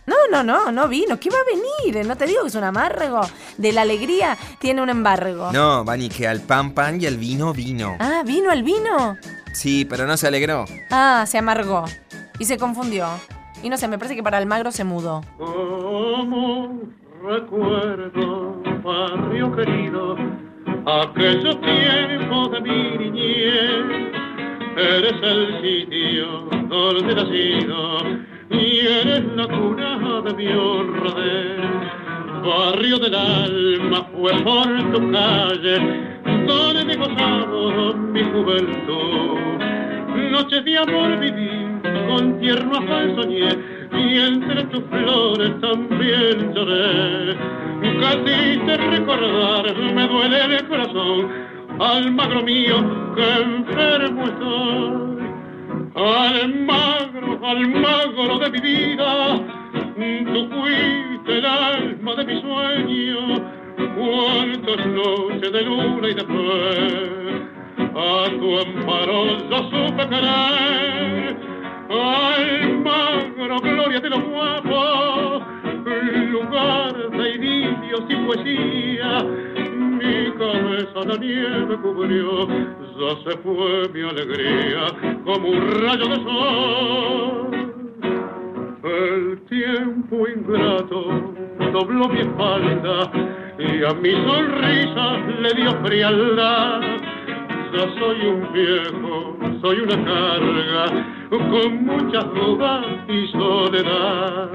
[SPEAKER 2] No, no, no, no vino. ¿Qué va a venir? Eh, No te digo que es un amargo. De la alegría tiene un embargo.
[SPEAKER 3] No, Vani, que al pan pan y al vino vino.
[SPEAKER 2] Ah, vino el vino.
[SPEAKER 3] Sí, pero no se alegró.
[SPEAKER 2] Ah, se amargó. Y se confundió. Y no sé, me parece que para Almagro se mudó.
[SPEAKER 12] Como recuerdo, barrio querido, aquellos tiempos de mi niñez. Eres el sitio donde he nacido y eres la cuna de mi honradez. Barrio del alma fue por tu calle donde he gozado mi juventud. Noches de amor viví, con tierno afán soñé y entre tus flores también lloré. Casi te recordar me duele el corazón, almagro mío que enfermo estoy. Almagro, almagro de mi vida, tú fuiste el alma de mi sueño, cuántas noches de luna y de fe, a tu amparo yo supe querer, Almagro, gloria de los guapos, lugar de inicios y poesía. Mi cabeza la nieve cubrió, ya se fue mi alegría como un rayo de sol. El tiempo ingrato dobló mi espalda y a mi sonrisa le dio frialdad. Ya soy un viejo, soy una carga con muchas dudas y soledad.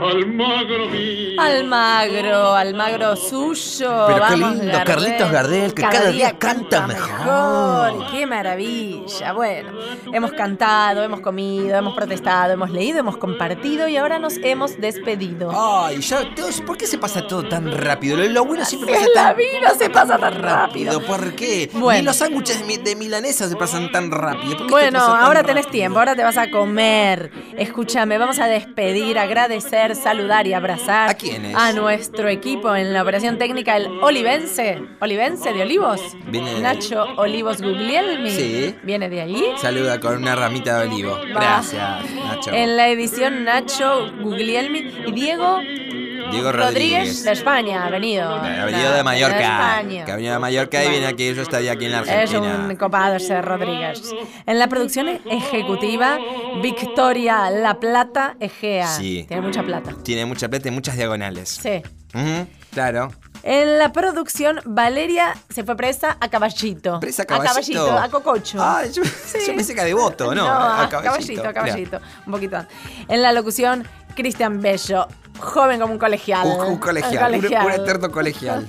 [SPEAKER 12] Almagro mío.
[SPEAKER 2] Almagro, Almagro suyo.
[SPEAKER 3] Pero qué
[SPEAKER 2] Vamos,
[SPEAKER 3] lindo, Carlitos Gardel, que cada, día canta mejor.
[SPEAKER 2] mejor. Qué maravilla. Bueno, hemos cantado, hemos comido, hemos protestado, hemos leído, hemos compartido y ahora nos hemos despedido.
[SPEAKER 3] Ay, ya, Dios, ¿por qué se pasa todo tan rápido? Lo, lo bueno siempre
[SPEAKER 2] Así
[SPEAKER 3] pasa
[SPEAKER 2] es
[SPEAKER 3] tan
[SPEAKER 2] la vida, se pasa tan rápido.
[SPEAKER 3] ¿Por qué?
[SPEAKER 2] Bueno.
[SPEAKER 3] Ni los sándwiches de, mi- de milanesa se pasan tan rápido. ¿Por qué
[SPEAKER 2] Bueno,
[SPEAKER 3] te pasa tan
[SPEAKER 2] ahora
[SPEAKER 3] rápido?
[SPEAKER 2] tenés tiempo, ahora te vas a comer. Escúchame, vamos a despedir, agradecer, saludar y abrazar. ¿A
[SPEAKER 3] quiénes?
[SPEAKER 2] A nuestro equipo en la operación técnica, el Olivense. ¿Olivense de Olivos?
[SPEAKER 3] Viene de-
[SPEAKER 2] Nacho Olivos Guglielmi.
[SPEAKER 3] Sí.
[SPEAKER 2] Viene de allí.
[SPEAKER 3] Saluda con una ramita de olivo. Gracias, Nacho.
[SPEAKER 2] En la edición Nacho Guglielmi y Diego
[SPEAKER 3] Diego
[SPEAKER 2] Rodríguez
[SPEAKER 3] Rodríguez.
[SPEAKER 2] de España, ha venido.
[SPEAKER 3] Ha venido de
[SPEAKER 2] De
[SPEAKER 3] Mallorca.
[SPEAKER 2] España.
[SPEAKER 3] Que ha venido de Mallorca y viene aquí. Yo estaría aquí en la
[SPEAKER 2] Es
[SPEAKER 3] Argentina.
[SPEAKER 2] un copado ese Rodríguez. En la producción ejecutiva, Victoria La Plata Egea.
[SPEAKER 3] Sí.
[SPEAKER 2] Tiene mucha plata.
[SPEAKER 3] Tiene mucha plata y muchas diagonales.
[SPEAKER 2] Sí.
[SPEAKER 3] Ujú, claro.
[SPEAKER 2] En la producción, Valeria se fue presa a caballito.
[SPEAKER 3] ¿Presa a
[SPEAKER 2] A
[SPEAKER 3] caballito?
[SPEAKER 2] caballito, a cococho.
[SPEAKER 3] Ah, yo, yo pensé que a devoto, ¿no?
[SPEAKER 2] a ah, caballito, a caballito. Un poquito antes. En la locución, Cristian Bello, joven como un colegial.
[SPEAKER 3] Claro. Un, un colegial,
[SPEAKER 2] Un colegial.
[SPEAKER 3] Un, un eterno colegial.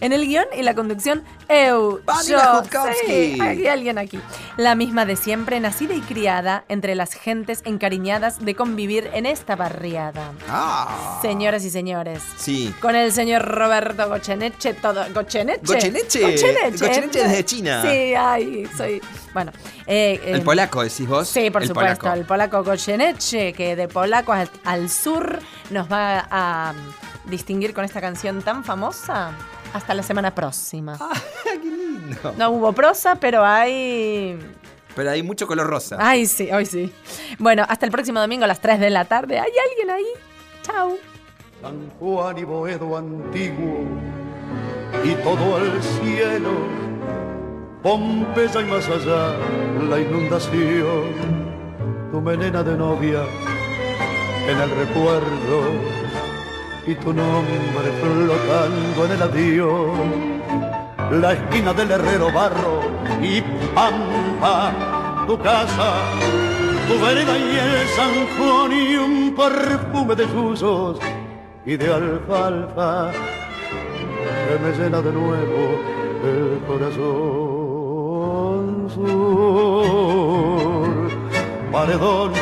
[SPEAKER 2] En el guión y la conducción, eu,
[SPEAKER 3] Vanina
[SPEAKER 2] yo,
[SPEAKER 3] Jutkowski.
[SPEAKER 2] sí, hay alguien aquí. La misma de siempre, nacida y criada entre las gentes encariñadas de convivir en esta barriada.
[SPEAKER 3] Ah.
[SPEAKER 2] Señoras y señores,
[SPEAKER 3] Sí.
[SPEAKER 2] con el señor Roberto Gocheneche, todo. ¿Gocheneche?
[SPEAKER 3] Goyeneche.
[SPEAKER 2] Goyeneche.
[SPEAKER 3] Goyeneche desde China.
[SPEAKER 2] Sí, ay, soy. Bueno. eh, eh,
[SPEAKER 3] El polaco, decís vos.
[SPEAKER 2] Sí, por
[SPEAKER 3] el
[SPEAKER 2] supuesto,
[SPEAKER 3] Polaco.
[SPEAKER 2] el polaco Goyeneche, que de polaco al, al sur nos va a um, distinguir con esta canción tan famosa. Hasta la semana próxima.
[SPEAKER 3] Ah. lindo.
[SPEAKER 2] No hubo prosa, pero hay.
[SPEAKER 3] Pero hay mucho color rosa.
[SPEAKER 2] Ay, sí, hoy sí. Bueno, hasta el próximo domingo a las 3 de la tarde. ¿Hay alguien ahí? Chao.
[SPEAKER 27] San Juan y Boedo antiguo y todo al cielo, Pompeya y más allá, la inundación, tu melena de novia en el recuerdo y tu nombre flotando en el adiós, la esquina del herrero barro y pampa, tu casa, tu vereda y el San Juan y un perfume de susos y de alfalfa que me llena de nuevo el corazón sur, paredón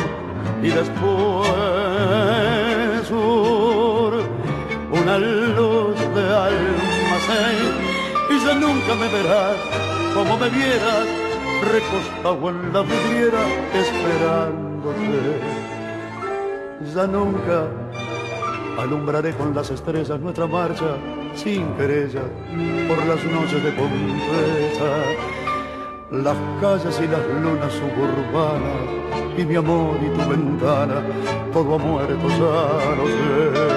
[SPEAKER 27] y después sur, una luz de almacén y ya nunca me verás como me vieras recostado en la vidriera esperándote ya nunca Alumbraré con las estrellas nuestra marcha sin querella por las noches de pobreza. Las calles y las lunas suburbanas y mi amor y tu ventana, todo ha muerto, ya lo sé.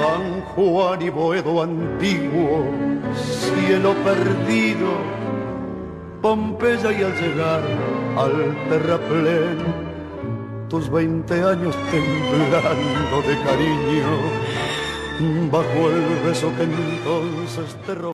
[SPEAKER 27] San Juan y Boedo antiguo, cielo perdido, Pompeya y al llegar al terraplén, tus veinte años temblando de cariño, bajo el beso que entonces te robó.